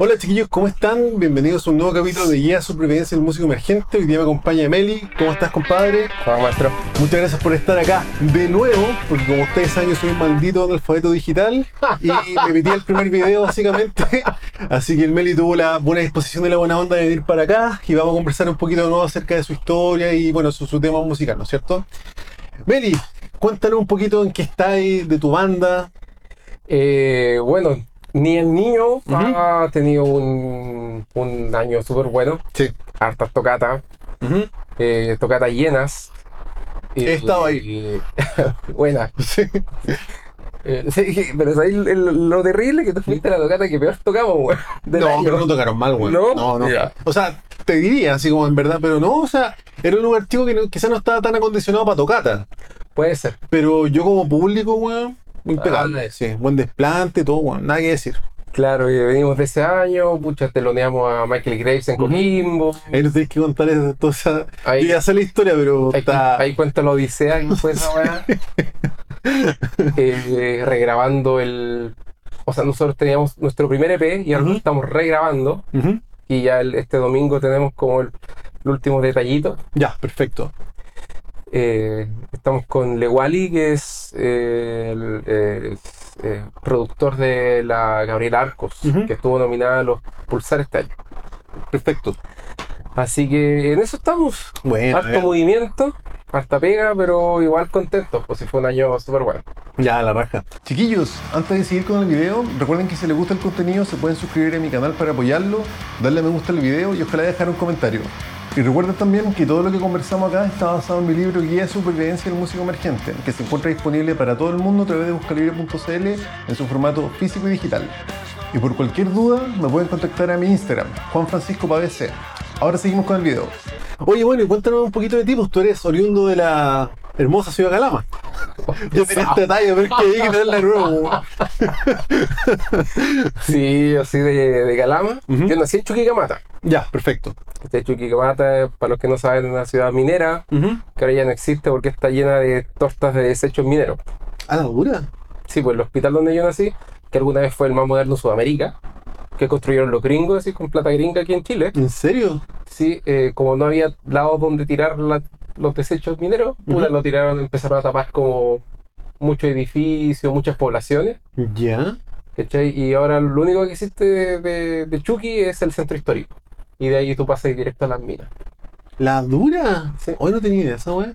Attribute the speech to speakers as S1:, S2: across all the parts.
S1: Hola chiquillos, ¿cómo están? Bienvenidos a un nuevo capítulo de Guía a Supervivencia del Músico Emergente. Hoy día me acompaña Meli. ¿Cómo estás, compadre?
S2: Vamos, Ah, maestro.
S1: Muchas gracias por estar acá de nuevo, porque como ustedes saben, yo soy un maldito analfabeto digital y me metí el primer video, básicamente. Así que el Meli tuvo la buena disposición y la buena onda de venir para acá y vamos a conversar un poquito de nuevo acerca de su historia y, bueno, su, su tema musical, ¿no es cierto? Meli, cuéntanos un poquito en qué estáis, de tu banda.
S2: Eh, bueno, ni el niño ha tenido un, un año súper bueno.
S1: Sí.
S2: Hartas tocatas, eh, tocatas llenas.
S1: He estado ahí.
S2: y- buena.
S1: Sí.
S2: Eh, sí, que- pero ¿sabes el- el- lo terrible que tú fuiste a la tocata que peor tocamos, weón? del
S1: No,
S2: año?
S1: pero no tocaron mal, güey.
S2: ¿No?
S1: no. no.
S2: Ya.
S1: O sea, te diría así como en verdad, pero no, o sea, era un lugar chico que no- quizá no estaba tan acondicionado para tocata.
S2: Puede ser.
S1: Pero yo como público, weón, impecable.
S2: Ah,
S1: sí, buen desplante, todo, weón, nada que decir.
S2: Claro, y venimos de ese año, pucha, teloneamos a Michael Graves en
S1: Ujú.
S2: Coquimbo.
S1: Ahí nos tenés que contar esa, toda esa-
S2: Mm. Ahí-
S1: yo ya sé la historia, pero
S2: Ahí,
S1: está.
S2: ahí cuenta la odisea que fue esa weá. Eh, regrabando el... O sea, nosotros teníamos nuestro primer EP y ahora
S1: Ujú.
S2: lo estamos regrabando.
S1: Ujú.
S2: Y ya el- este domingo tenemos como el, el último detallito.
S1: Ya, perfecto.
S2: Eh, estamos con Lewali, que es eh, el eh, es, eh, productor de la Gabriela Arcos,
S1: Ujú.
S2: que estuvo nominada a los Pulsar este año.
S1: Perfecto.
S2: Así que en eso estamos.
S1: Bueno,
S2: Harto movimiento, harta pega, pero igual contentos, pues si fue un año súper bueno.
S1: Ya, la raja. Chiquillos, antes de seguir con el video, recuerden que si les gusta el contenido se pueden suscribir a mi canal para apoyarlo, darle a me gusta al video y ojalá dejar un comentario. Y recuerden también que todo lo que conversamos acá está basado en mi libro Guía de Supervivencia del Músico Emergente, que se encuentra disponible para todo el mundo a través de buscalibre.cl en su formato físico y digital. Y por cualquier duda me pueden contactar a mi Instagram, Juan Francisco Pavese. Ahora seguimos con el video. Oye, bueno, y cuéntanos un poquito de ti, pues tú eres oriundo de la hermosa ciudad de Calama. Yo tenía este detalle, pero es que hay que tenerla de nuevo.
S2: Sí, yo soy de, de Calama.
S1: Ujú.
S2: Yo nací en Chuquicamata.
S1: Ya, perfecto.
S2: Este Chuquicamata, para los que no saben, es una ciudad minera que ahora ya no existe porque está llena de tortas de desechos mineros.
S1: ¿A la dura?
S2: Sí, pues el hospital donde yo nací, que alguna vez fue el más moderno de Sudamérica, que construyeron los gringos, así con plata gringa aquí en Chile.
S1: ¿En serio?
S2: Sí, eh, como no había lados donde tirar la- los desechos mineros,
S1: Ujú.
S2: puta, lo tiraron, empezaron a tapar como muchos edificios, muchas poblaciones.
S1: Ya.
S2: ¿Cachai? Y ahora lo único que existe de, de, de Chucky es el centro histórico. Y de ahí tú pasas directo a las minas.
S1: ¿La dura?
S2: Sí.
S1: Hoy no tenía idea esa weá.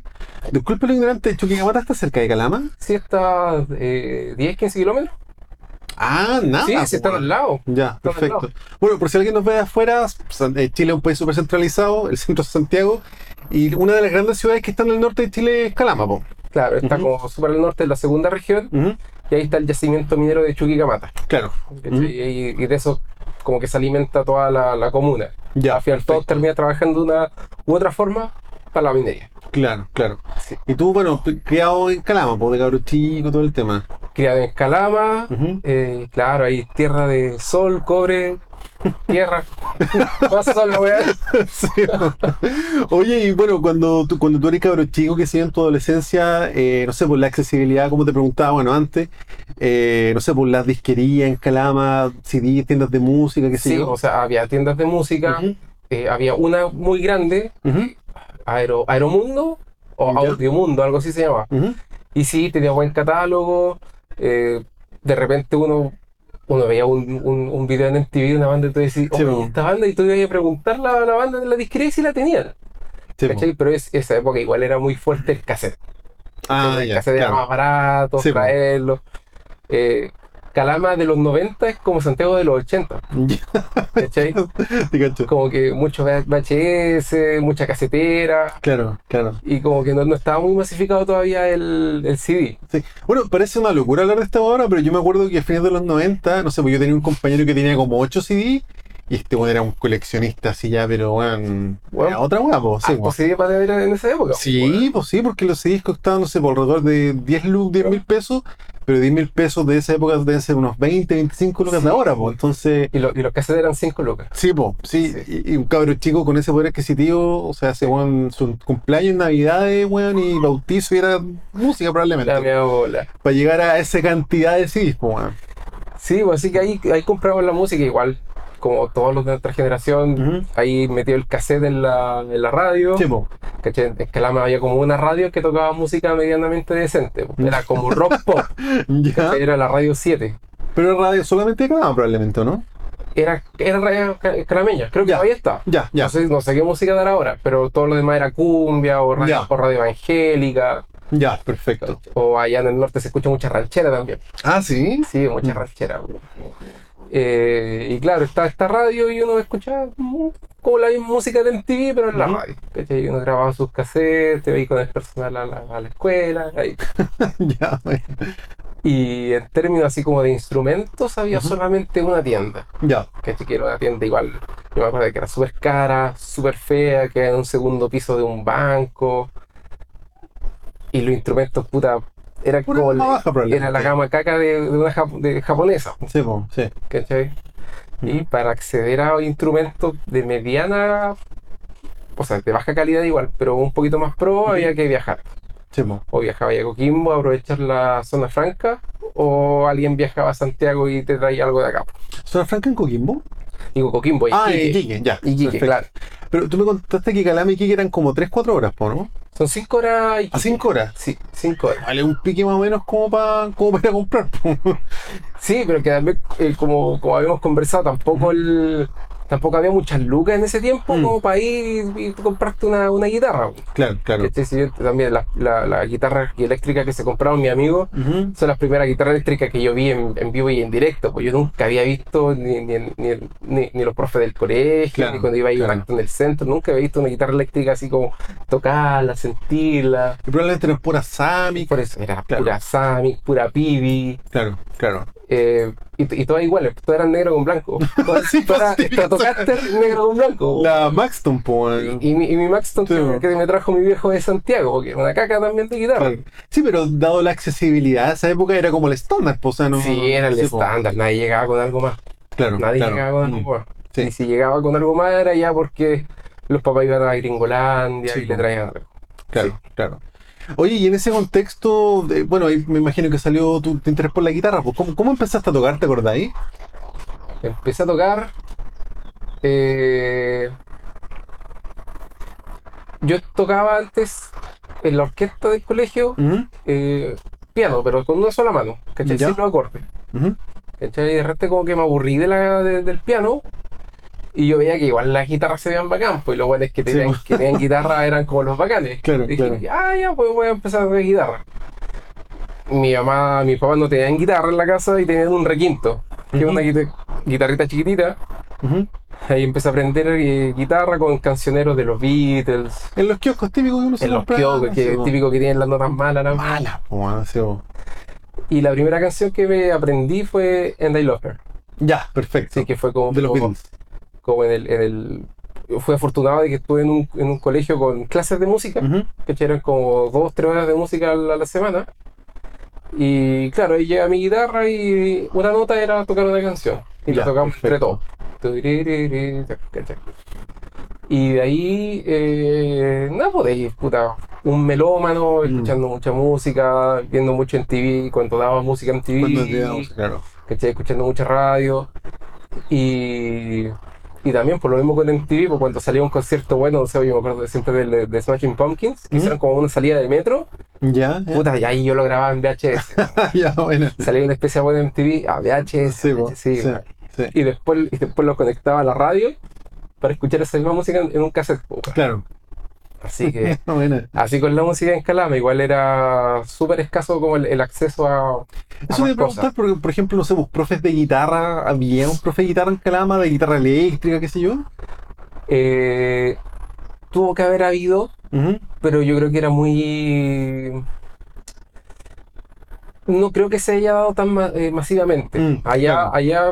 S1: Disculpe lo ignorante, Chuquicamata está cerca de Calama.
S2: Sí, está eh, 10, 15 kilómetros.
S1: Ah, nada.
S2: sí,
S1: po,
S2: sí, están
S1: weón.
S2: al lado.
S1: Ya,
S2: Están al
S1: perfecto. Bueno, por si alguien nos ve de afuera, San- eh, Chile es un país súper centralizado, el centro es Santiago, y una de las grandes ciudades que están en el norte de Chile es Calama, po.
S2: Claro, está
S1: Ujú.
S2: como súper al norte, en la segunda región.
S1: Ujú,
S2: Y ahí está el yacimiento minero de Chuquicamata.
S1: Claro.
S2: ¿cachai? Y, y de eso como que se alimenta toda la, la comuna.
S1: Ya,
S2: Al final todos
S1: perfecto.
S2: terminan trabajando de una u otra forma para la minería.
S1: Claro, claro.
S2: Sí.
S1: Y tú, bueno, criado en Calama, po, de cabro chico, todo el tema.
S2: Criado en Calama,
S1: Ujú.
S2: Eh, claro, hay tierra de sol, cobre, tierra. Pasa la weá.
S1: Sí. Oye, y bueno, cuando tú, cuando tú eres cabro chico, que si en tu adolescencia, eh, no sé, por la accesibilidad, como te preguntaba, bueno, antes, eh, no sé, por las disquerías en Calama, CD, tiendas de música, qué sé
S2: Sí,
S1: yo.
S2: o sea, había tiendas de música,
S1: Ujú,
S2: eh, había una muy grande,
S1: ujú,
S2: Aero, Aeromundo o
S1: Ya.
S2: Audiomundo, algo así se llamaba.
S1: ujú.
S2: Y sí, tenía buen catálogo. eh, de repente uno, uno veía un, un, un video en MTV de una banda y tú decías,
S1: Sí,
S2: "Oye,
S1: bueno.
S2: esta banda, y tú ibas a preguntar la, la banda de la disquería y si la tenían.
S1: Sí, po.
S2: ¿cachai? Pero es, esa época igual era muy fuerte el cassette.
S1: Ah,
S2: el
S1: ya,
S2: cassette era
S1: claro.
S2: más barato,
S1: Sí, po.
S2: traerlo. Eh, Calama de los 90 es como Santiago de los 80, ¿cachai?
S1: Te cacho.
S2: como que muchos VHS, mucha casetera,
S1: Claro, claro.
S2: y como que no, no estaba muy masificado todavía el, el CD.
S1: Sí. Bueno, parece una locura hablar de esta ahora, pero yo me acuerdo que a fines de los 90, no sé, pues yo tenía un compañero que tenía como 8 CD y este bueno era un coleccionista así ya, pero bueno,
S2: Bueno.
S1: era otra guapo, sí,
S2: Ah,
S1: bueno.
S2: pues CD para ver en esa época.
S1: Sí, pues sí, porque los CDs costaban, no sé, por alrededor de 10 lucas, 10 mil pesos, pero 10 mil pesos de esa época deben ser unos 20, 25 lucas de ahora, pues entonces,
S2: Y, lo- y los cassettes eran 5 lucas.
S1: sí, pues, sí, Y, y un cabro chico con ese poder adquisitivo, o sea, se weón, su cumpleaños, navidades, weón, y bautizo y era música probablemente,
S2: La mea bola.
S1: para llegar a esa cantidad de CDs, pues, weón.
S2: Sí, pues así que ahí, ahí compramos la música igual. como todos los de nuestra generación,
S1: Ujú.
S2: ahí metió el cassette en la, en la radio.
S1: Sí, pues. po.
S2: ¿Cachai? En Calama había como una radio que tocaba música medianamente decente. po. Era como rock pop,
S1: Ya.
S2: era la radio 7.
S1: Pero radio solamente de Canadá, probablemente, ¿o ¿no?
S2: Era, era radio ca- calameña, creo que
S1: Ya.
S2: todavía está.
S1: Ya, ya.
S2: No, sé, no sé qué música dar ahora, pero todo lo demás era cumbia o radio,
S1: Ya.
S2: o radio evangélica.
S1: Ya, perfecto.
S2: O allá en el norte se escucha mucha ranchera también.
S3: Ah, sí.
S2: Sí, mucha ranchera. güey. Eh, y claro, está esta radio y uno escuchaba mu- como la misma música de MTV, pero en la
S1: Ujú.
S2: radio. ¿cachai? Y uno grababa sus cassettes, iba ahí con el personal a la, a la escuela. ahí.
S1: ya, bueno.
S2: Y en términos así como de instrumentos, había
S1: Ujú.
S2: solamente una tienda.
S1: ya.
S2: ¿Cachai? Que era una tienda igual. Yo me acuerdo que era súper cara, súper fea, que era en un segundo piso de un banco. Y los instrumentos, puta, era
S1: Pura
S2: como
S1: gama baja, probablemente.
S2: era la gama caca de, de una jap- de japonesa.
S1: Sí, po, sí.
S2: ¿cachai? Y para acceder a instrumentos de mediana, o sea, de baja calidad igual, pero un poquito más pro, había que viajar.
S1: Sí, po.
S2: O viajaba a Coquimbo a aprovechar la zona franca, o alguien viajaba a Santiago y te traía algo de acá.
S1: ¿Zona franca en Coquimbo?
S2: Digo, Coquimbo,
S1: Ah, en
S2: Iquique.
S1: Iquique, ya.
S2: Iquique,
S1: perfecto.
S2: claro.
S1: Pero tú me contaste que Calama y Iquique eran como 3-4 horas, po, ¿no?
S2: Son cinco horas y...
S1: ¿A 5 horas?
S2: Sí, cinco horas.
S1: Vale, un pique más o menos como para como para ir a comprar. po.
S2: Sí, pero que también, eh, como, como habíamos conversado, tampoco el... Tampoco había muchas lucas en ese tiempo
S1: Mm.
S2: como para ir y comprarte una, una guitarra.
S1: claro, claro.
S2: Este, sí, yo también las la, las guitarras eléctricas que se compraron mi amigo
S1: Ujú.
S2: son las primeras guitarras eléctricas que yo vi en, en vivo y en directo, pues yo nunca había visto ni, ni, ni, ni- ni los profes del colegio,
S1: Claro,
S2: ni cuando iba a ir
S1: claro.
S2: en el centro, nunca había visto una guitarra eléctrica así como tocarla, sentirla.
S1: Y probablemente eran puras Sami.
S2: Por eso era
S1: Claro.
S2: pura Sami, pura Pibi,
S1: Claro, claro.
S2: eh, y, y todas iguales, todas eran negro con blanco. Todas,
S1: Sí,
S2: todas
S1: sí,
S2: Stratocaster negro con blanco.
S1: La Maxton, po. eh.
S2: Y, mi, y mi Maxton
S1: Sí,
S2: que-
S1: bueno.
S2: que, me trajo mi viejo de Santiago, porque era una caca también de guitarra.
S1: Claro. Sí, pero dado la accesibilidad a esa época era como el estándar, po, o sea, no.
S2: Sí, era el
S1: sí, po.
S2: estándar, nadie llegaba con algo más.
S1: Claro,
S2: Nadie
S1: claro.
S2: llegaba con
S1: Mm.
S2: algo más.
S1: Sí.
S2: Y si llegaba con algo más era ya porque los papás iban a Gringolandia
S1: Sí,
S2: y
S1: po.
S2: le traían algo.
S1: Claro, claro. Oye, y en ese contexto, de- bueno, ahí me imagino que salió tu, tu interés por la guitarra. Pues, ¿cómo, cómo empezaste a tocar? ¿Te acordáis?
S2: Empecé a tocar. eh, yo tocaba antes en la orquesta del colegio
S1: Ujú,
S2: eh, piano, pero con una sola mano, ¿cachai?
S1: Ya.
S2: Sin los acordes.
S1: ujú.
S2: ¿Cachai? Y de repente como que me aburrí de la, de- del piano. Y yo veía que igual las guitarras se veían bacán, pues los buenos que tenían,
S1: Sí,
S2: que tenían guitarra eran como los bacanes.
S1: Claro,
S2: Y dije,
S1: claro.
S2: ah, ya, pues voy a empezar a ver guitarra. Mi mamá, mis papás no tenían guitarra en la casa y tenían un requinto, que es
S1: Ujú.
S2: una guita- guitarrita chiquitita.
S1: Ujú.
S2: Ahí empecé a aprender eh, guitarra con cancioneros de los Beatles,
S1: En los pues. kioscos típicos que uno se
S2: en los
S1: compraba,
S2: kioscos,
S1: no
S2: que
S1: sé, po.
S2: típico que tienen las notas malas. ¿no?
S1: Mala, po, no sé, po.
S2: Y la primera canción que me aprendí fue And I Love Her.
S1: Ya, perfecto.
S2: Así que fue como...
S1: de los
S2: como-
S1: Beatles.
S2: como en el, en el- yo fui afortunado de que estuve en un, en un colegio con clases de música,
S1: Ujú.
S2: que eran como dos, tres horas de música a la, a la semana. Y claro, ahí llega mi guitarra y una nota era tocar una canción. Y
S1: Ya,
S2: la tocamos entre
S1: perfecto.
S2: todos. Turirirí, ¿cachai? Y de ahí, eh, nada, pues de ahí, puta, un melómano,
S1: Mm.
S2: escuchando mucha música, viendo mucho en TV, cuando daba música en TV.
S1: Cuando te damos, claro.
S2: ¿cachai? Escuchando mucha radio. Y, y también por lo mismo con MTV, pues cuando salía un concierto bueno, no sé, yo me acuerdo siempre del- de, de Smashing Pumpkins, que
S1: ¿Mm?
S2: hicieron como una salida de metro,
S1: Ya, ya.
S2: puta, y ahí yo lo grababa en VHS.
S1: ya, bueno.
S2: salía una especie buena en MTV a VHS.
S1: Sí, po.
S2: sí,
S1: Sí,
S2: güey.
S1: sí.
S2: Y después, y después lo conectaba a la radio para escuchar esa misma música en, en un cassette. po, güey.
S1: Claro.
S2: Así que...
S1: Bueno.
S2: Así con la música en Calama, igual era súper escaso como el, el acceso a... a
S1: Eso
S2: más
S1: te iba a
S2: cosas.
S1: preguntar, porque, por ejemplo, no sé, pues, profes de guitarra, había un profe de guitarra en Calama, de guitarra eléctrica, qué sé yo.
S2: Eh, tuvo que haber habido,
S1: Ujú.
S2: pero yo creo que era muy... No creo que se haya dado tan ma- eh, masivamente.
S1: Mm,
S2: allá,
S1: claro.
S2: allá,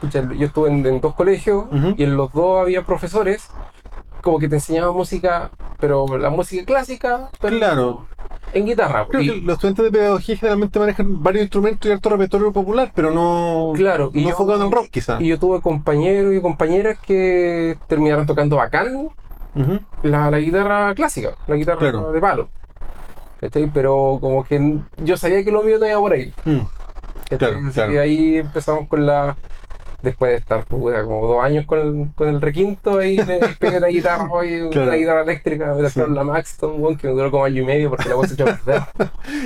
S2: pucha, yo estuve en, en dos colegios
S1: Ujú.
S2: y en los dos había profesores como que te enseñaban música, pero la música clásica, pero
S1: Claro.
S2: en guitarra.
S1: Creo
S2: Y-
S1: que los estudiantes de pedagogía generalmente manejan varios instrumentos y harto repertorio popular, pero no,
S2: Claro, y
S1: no
S2: yo-
S1: enfocado en rock, quizá.
S2: y yo tuve compañeros y compañeras que terminaron tocando bacán,
S1: Ujú.
S2: la, la guitarra clásica, la guitarra
S1: Claro.
S2: de palo. ¿Cachai? Pero como que n- yo sabía que lo mío no iba por ahí.
S1: Mm.
S2: ¿cachai?
S1: Claro,
S2: Así
S1: claro.
S2: que ahí empezamos con la después de estar puta, como dos años con el, con el requinto ahí, le pegué una guitarra, oye,
S1: Claro.
S2: una guitarra eléctrica, me trajeron
S1: Sí.
S2: la Maxton, weón, que me duró como año y medio porque la voz se echó a perder.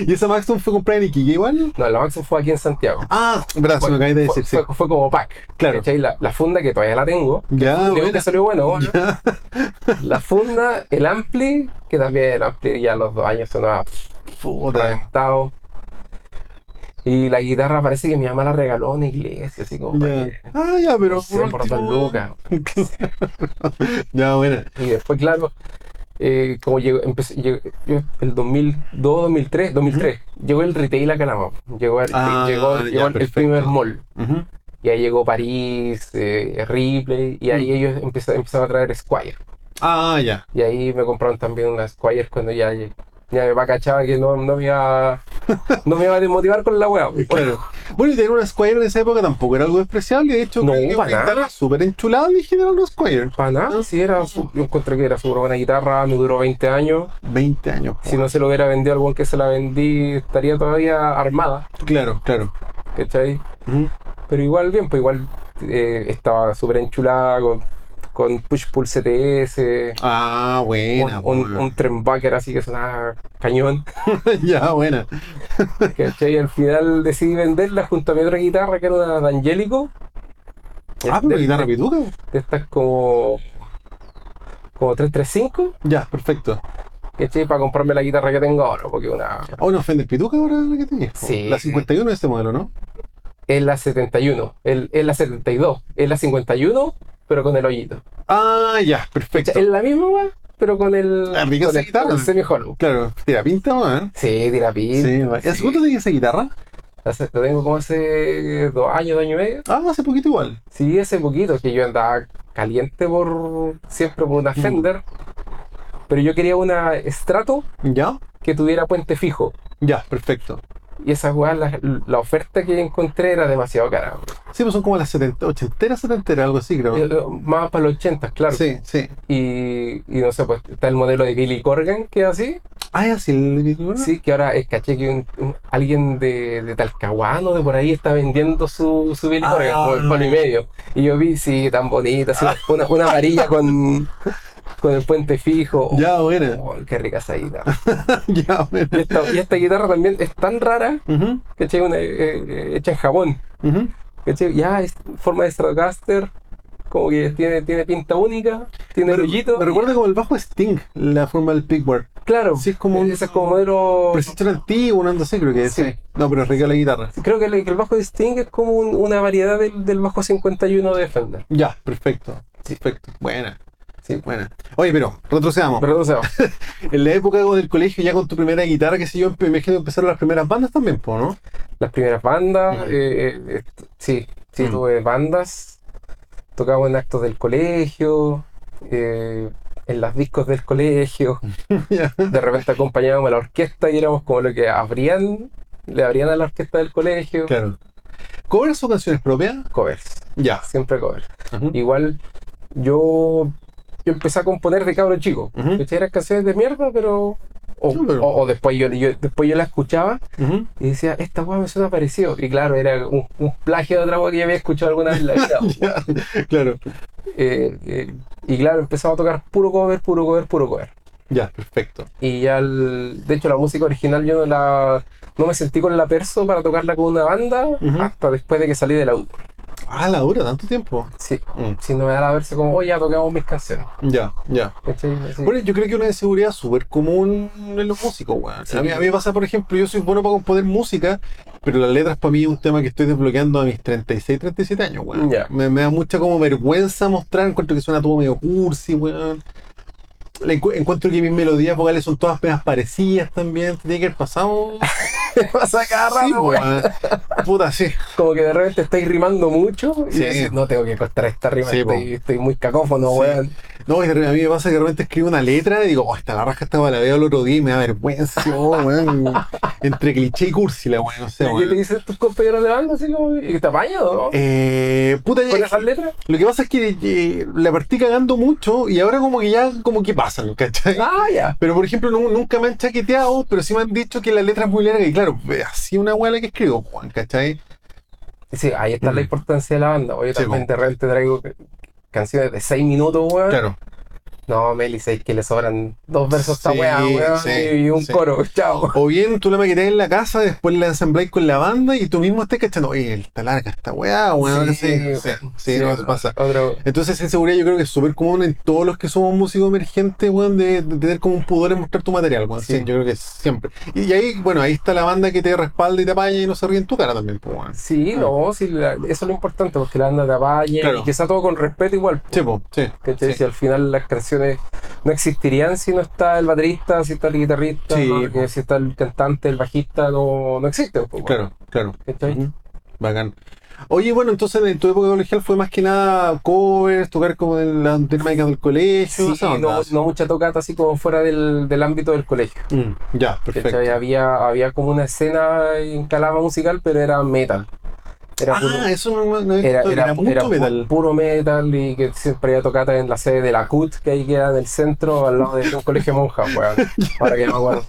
S1: ¿Y esa Maxton fue comprada en Iquique igual?
S2: No, la Maxton fue aquí en Santiago.
S1: Ah, verdad, se me acabé de
S2: fue,
S1: decir, sí.
S2: fue- fue como pack.
S1: Claro.
S2: ¿cachai? La, la funda que todavía la tengo.
S1: Ya,
S2: Digo que
S1: buena.
S2: salió bueno. bueno.
S1: Ya.
S2: La funda, el ampli, que también el ampli ya a los dos años sonaba
S1: Puta.
S2: reventado. Y la guitarra parece que mi mamá la regaló a una iglesia, así como para
S1: Ya.
S2: que-
S1: Ah, ya, pero
S2: no sé, por dos lucas.
S1: ya, buena.
S2: Y después, claro, eh, como llegó, empecé, llegó- yo, el 2002, 2003, 2003, llegó el retail a Calama. Llegó, el-
S1: Ah,
S2: llegó,
S1: ya,
S2: llegó el
S1: perfecto.
S2: primer mall.
S1: Ujú.
S2: Y ahí llegó París, eh, Ripley, y ahí
S1: Mm.
S2: ellos empezaron, empezaron a traer Squire.
S1: Ah, ya.
S2: Y ahí me compraron también una Squire cuando ya, ya me va cachaba que no, no me iba no me iba a desmotivar con la wea.
S1: Claro. Bueno, y tener una Squire en esa época tampoco era algo despreciable. De hecho,
S2: No,
S1: creo que
S2: para
S1: una
S2: nada.
S1: guitarra súper enchulada en general una Squire.
S2: Para nada, si era, su- yo encontré que era súper buena guitarra, me duró 20 años.
S1: 20 años.
S2: Si no se lo hubiera vendido al buen que se la vendí, estaría todavía armada,
S1: Claro, claro.
S2: ¿cachai?
S1: Ujú.
S2: Pero igual bien, pues igual eh, estaba súper enchulada con, con Push Pull CTS,
S1: Ah,
S2: un,
S1: buena.
S2: un,
S1: po,
S2: un Trembucker así que sonaba cañón.
S1: ya, buena.
S2: ¿Cachai? Al final decidí venderla junto a mi otra guitarra, que era una de Angélico.
S1: Ah, pero guitarra pituca.
S2: De estas como. como 335.
S1: Ya, perfecto.
S2: ¿Cachai? Para comprarme la guitarra que tengo ahora, porque una.
S1: Ah, una Fender pituca ahora la que tenías. po.
S2: Sí.
S1: La 51 de este modelo, ¿no?
S2: Es la 71, el- es la 72, es la 51, pero con el hoyito.
S1: Ah, ya,
S2: O sea,
S1: perfecto.
S2: es la misma, weá, pero con el.
S1: Ah, rica
S2: con
S1: esa
S2: el,
S1: guitarra.
S2: con el semi-hollow.
S1: Claro, tira pinta, weón.
S2: Sí, tira
S1: Sí,
S2: pin.
S1: weón. ¿Y ¿Hace cuánto tenía esa guitarra?
S2: La hace- la tengo como hace dos años, dos años y medio.
S1: Ah, hace poquito igual.
S2: Sí, hace poquito que yo andaba caliente por siempre por una
S1: Mm.
S2: Fender, pero yo quería una Strato
S1: Ya,
S2: que tuviera puente fijo.
S1: ya, perfecto.
S2: Y esa weá, la, la oferta que encontré era demasiado cara.
S1: Sí, pues son como las 70, ochentera, setentera, algo así, creo.
S2: Yo- Más para los 80, Eh, claro.
S1: Sí, sí.
S2: Y, y no sé, pues está el modelo de Billy Corgan, que es así.
S1: Ah, ya, sí, el
S2: Sí, que ahora eh, caché que un- un- alguien de, de Talcahuano, de por ahí, está vendiendo su, su Billy
S1: Ah.
S2: Corgan, como el palo y medio. Y yo vi, sí, tan bonita, así, una, una varilla con, con el puente fijo.
S1: Ya, buena.
S2: Oh, qué rica esa guitarra.
S1: ya, buena.
S2: Y esta, y esta guitarra también es tan rara,
S1: Ujú,
S2: ¿cachai? Una, eh, eh, hecha en jabón.
S1: ujú.
S2: ¿Cachai? Ya es forma de Stratocaster, como que tiene, tiene pinta única, tiene
S1: Me,
S2: brillito.
S1: me recuerda como el bajo Sting, la forma del pickboard.
S2: Claro,
S1: sí, es como un-
S2: ese es como modelo.
S1: Precision antiguo, una onda así, creo que es.
S2: Oh. Sí.
S1: No, pero es rica la guitarra.
S2: Creo que el, que el bajo de Sting es como un- una variedad del, del bajo 51 de Fender.
S1: Ya, perfecto.
S2: Sí.
S1: Perfecto. Buena,
S2: Sí.
S1: buena. Oye, pero retrocedamos.
S2: Pero no sé,
S1: En la época del colegio, ya con tu primera guitarra, que sé yo, me imagino que empezaron las primeras bandas también, po, ¿no?
S2: las primeras bandas,
S1: Ujú.
S2: eh, eh, est- sí, sí,
S1: Mm.
S2: tuve bandas, tocaba en actos del colegio, eh, en las discos del colegio.
S1: Ya.
S2: de repente acompañábamos a la orquesta y éramos como lo que abrían, le abrían a la orquesta del colegio.
S1: Claro. ¿Cobras o canciones propias?
S2: Covers,
S1: Ya.
S2: siempre covers.
S1: Ujú.
S2: Igual yo, yo empecé a componer de cabro chico.
S1: Ujú.
S2: ¿Cachai? Eran canciones de mierda, pero. O,
S1: Sí, pero-
S2: o- o después, yo, yo- después yo la escuchaba
S1: Ujú.
S2: y decía, esta hueá me suena parecido. Y claro, era un, un plagio de otra hueá que yo había escuchado alguna vez en la vida.
S1: Ya, Claro.
S2: Eh, eh, y claro, empezaba a tocar puro cover, puro cover, puro cover.
S1: Ya, perfecto.
S2: Y ya, el- de hecho, la música original yo no la. No me sentí con la perso para tocarla con una banda
S1: Ujú.
S2: hasta después de que salí de la U.
S1: Ah, la dura, tanto tiempo.
S2: Sí.
S1: Mm.
S2: Si no me da la verso como, oye, ya tocamos mis canciones.
S1: Ya, ya.
S2: ¿Cachai? Así.
S1: Bueno, yo creo que una inseguridad súper común en los músicos, weón.
S2: Sí.
S1: A, mí, a mí me pasa, por ejemplo, yo soy bueno para componer música, pero las letras para mí es un tema que estoy desbloqueando a mis 36, 37 años, weón.
S2: Ya.
S1: Me, me da mucha como vergüenza mostrar, encuentro que suena todo medio cursi, weón. Le encu- encuentro que mis melodías vocales son todas pegas parecidas también. Tiene que haber pasado.
S2: pasa cada
S1: Sí,
S2: rato, weón.
S1: weón. Puta, sí.
S2: Como que de repente estáis rimando mucho y
S1: Sí.
S2: decís, no tengo que encontrar esta rima,
S1: Sí, po.
S2: estoy, estoy muy cacófono,
S1: Sí.
S2: weón.
S1: No, y de repente- a mí me pasa que de repente escribo una letra y digo, oh, esta la raja estaba la veo el otro día y me da vergüenza, weón. Entre cliché y cursi, la weón, no sé,
S2: ¿Y qué te
S1: weón.
S2: dicen tus compañeros de banda? Así como, ¿y te apaño, no?
S1: Eh, puta,
S2: ¿Con
S1: eh,
S2: esas letras?
S1: lo que pasa es que eh, la partí cagando mucho y ahora como que ya, como que pasan, ¿cachai?
S2: Ah, ya.
S1: Pero por ejemplo, nu- nunca me han chaqueteado, pero sí me han dicho que la letra es muy larga y claro, eh, así una weá la que escribo, Juan, ¿cachai?
S2: Y sí, ahí está la
S1: Mm.
S2: importancia de la banda. Oye,
S1: Sí,
S2: también de repente traigo canciones de 6 minutos, weón.
S1: Claro.
S2: No, Meli, sé que le sobran dos versos a
S1: Sí,
S2: esta weá, weón,
S1: sí,
S2: y un
S1: sí.
S2: coro, chao.
S1: O bien tú la maquetas en la casa, después la ensambláis con la banda y tú mismo estás cachando, oye, está larga esta weá, weón. Sí, sí, sí, no se pasa.
S2: Otro,
S1: Entonces, esa inseguridad yo creo que es súper común en todos los que somos músicos emergentes, weón, de, de tener como un pudor en mostrar tu material, weón. Sí,
S2: Sí.
S1: yo creo que siempre. Y, y ahí, bueno, ahí está la banda que te respalda y te apaña y no se ríe en tu cara también, pues, weón.
S2: sí, no, sí, la- eso es lo importante, porque la banda te apañe
S1: Claro.
S2: y que sea todo con respeto igual.
S1: Sí, po, sí.
S2: ¿Cachai?
S1: Sí.
S2: Si al final las canciones no existirían si no está el baterista, si está el guitarrista,
S1: Sí.
S2: ¿no? Que si está el cantante, el bajista, no, no existe. pues, bueno,
S1: Claro, claro.
S2: ¿cachai?
S1: Ujú. Bacán. Oye, bueno, entonces en tu época colegial fue más que nada covers, tocar como en las dinámicas del colegio,
S2: Sí,
S1: esa onda,
S2: no,
S1: así.
S2: no mucha tocata así como fuera del, del ámbito del colegio.
S1: Mm, ya, perfecto.
S2: ¿cachai? Había, había como una escena en Calama musical, pero era metal. Era puro-
S1: Ah, eso no, no
S2: era,
S1: era,
S2: era-
S1: era mucho
S2: era pu-
S1: metal.
S2: puro metal y que siempre había tocatas en la sede de la CUT, que ahí queda del centro, al lado de un colegio de monjas, weón. Ahora que no me acuerdo.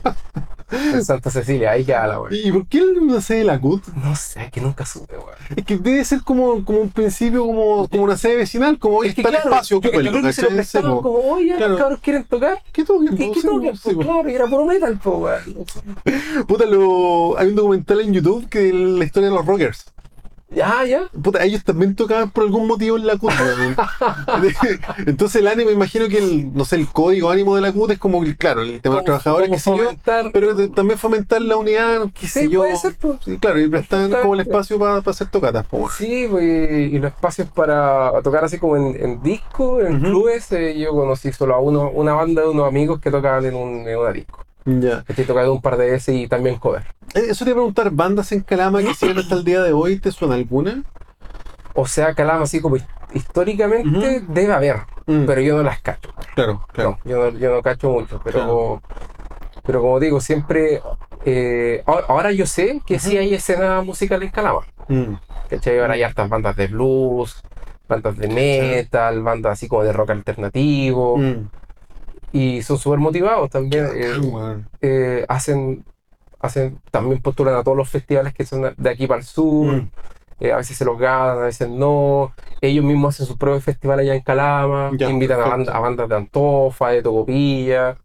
S2: En Santa Cecilia, ahí queda la weón.
S1: ¿Y por qué no sé la CUT?
S2: No sé, que nunca supe, weón.
S1: Es que debe ser como, como un principio, como, como una sede vecinal, como hoy
S2: Es que
S1: está el
S2: claro,
S1: espacio,
S2: yo- yo
S1: ocúpenlo,
S2: creo que se lo
S1: ¿cachai? Sí,
S2: prestaron
S1: po.
S2: como, oye,
S1: Claro.
S2: los cabros quieren tocar.
S1: ¿Qué toquen,
S2: ¿Qué,
S1: po? Sí,
S2: qué toquen?
S1: po,
S2: Pues
S1: sí, po.
S2: claro, y era puro metal, po, weón.
S1: Puta, lo... hay un documental en YouTube que de la historia de los rockers.
S2: Ya, ya.
S1: Puta, ellos también tocaban por algún motivo en la CUT. weón. Entonces el ánimo, imagino que el, no sé, el código ánimo de la CUT es como, el- claro, el tema de los trabajadores,
S2: Como
S1: qué sé yo,
S2: fomentar-
S1: pero de- también fomentar la unidad, qué sé
S2: Sí,
S1: yo.
S2: puede ser, po.
S1: Sí, claro, y prestan
S2: Está-
S1: como el espacio para hacer tocatas, po, weón.
S2: Sí, pues, y los espacios para tocar así como en, en disco, en
S1: Ujú.
S2: clubes. eh, yo conocí solo a uno, una banda de unos amigos que tocaban en, un, en una disco.
S1: Ya.
S2: Estoy tocando un par de veces y también cover.
S1: Eh, Eso te iba a preguntar, bandas en Calama que siguen hasta el día de hoy, ¿te suena alguna?
S2: O sea, Calama, así como his- históricamente, debe haber,
S1: Mm,
S2: pero yo no las cacho.
S1: claro, claro.
S2: No, yo, no, yo no cacho mucho, pero, pero como digo, siempre. eh, ahora, ahora yo sé que sí hay escena musical en Calama.
S1: Mm,
S2: ¿Cachai? Ahora hay hartas bandas de blues, bandas de metal, bandas así como de rock alternativo.
S1: mm.
S2: y son súper motivados también. eh,
S1: Weón.
S2: eh, hacen, hacen, también postulan a todos los festivales que son de aquí para el sur.
S1: Mm.
S2: eh, a veces se los ganan, a veces no. Ellos mismos hacen sus propios festivales allá en Calama.
S1: Ya,
S2: invitan a,
S1: perfecto.
S2: banda- a bandas de Antofa, de Tocopilla.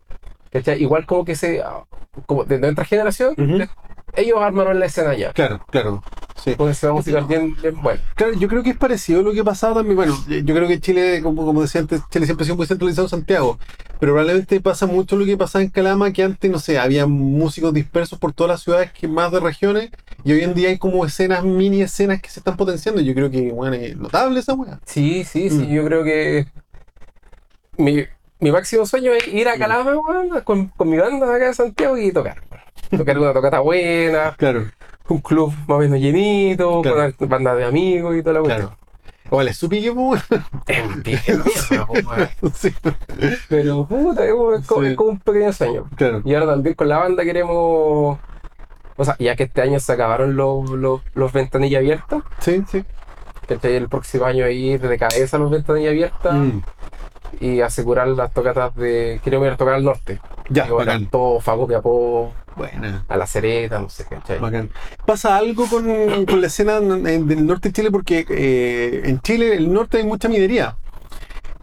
S2: ¿cachai? Igual como que se, como de nuestra generación,
S1: Mm. Ujú.
S2: le- ellos armaron la escena allá.
S1: Claro, claro. Sí.
S2: Con esa música bien, bien buena.
S1: Claro, yo creo que es parecido a lo que pasaba también. Bueno, eh, yo creo que Chile, como, como decía antes, Chile siempre ha sido muy centralizado en Santiago. Pero probablemente pasa mucho lo que pasaba en Calama, que antes, no sé, había músicos dispersos por todas las ciudades, que más de regiones, y hoy en día hay como escenas, mini escenas que se están potenciando. Yo creo que, bueno, es notable esa weá.
S2: Sí, sí, sí,
S1: Mm.
S2: yo creo que mi, mi máximo sueño es ir a
S1: Mm.
S2: Calama, weón, con, con mi banda de acá de Santiago y tocar. weón. Tocar una tocata buena,
S1: Claro,
S2: un club más o menos llenito,
S1: Claro.
S2: con bandas de amigos y toda la
S1: claro. Vale, supi que, pues,
S2: cuestión. Envidioso, weón.
S1: weón. Sí,
S2: Pero puta, es como, es como-
S1: Sí.
S2: es como un pequeño sueño.
S1: claro.
S2: Y ahora también con la banda queremos. O sea, ya que este año se acabaron los, los, los ventanillas abiertas,
S1: Sí, sí.
S2: ¿cachai? el próximo año ir de cabeza a los ventanillas abiertas.
S1: Mm.
S2: y asegurar las tocatas de. Quiero ir a tocar al norte.
S1: Ya,
S2: Digo,
S1: bacán.
S2: Antofa, Copiapó,
S1: Buena.
S2: a la Sereta, no sé, ¿cachai?
S1: Bacán. Pasa algo con, con la escena en- en- del norte de Chile porque eh, en Chile, el norte hay mucha minería.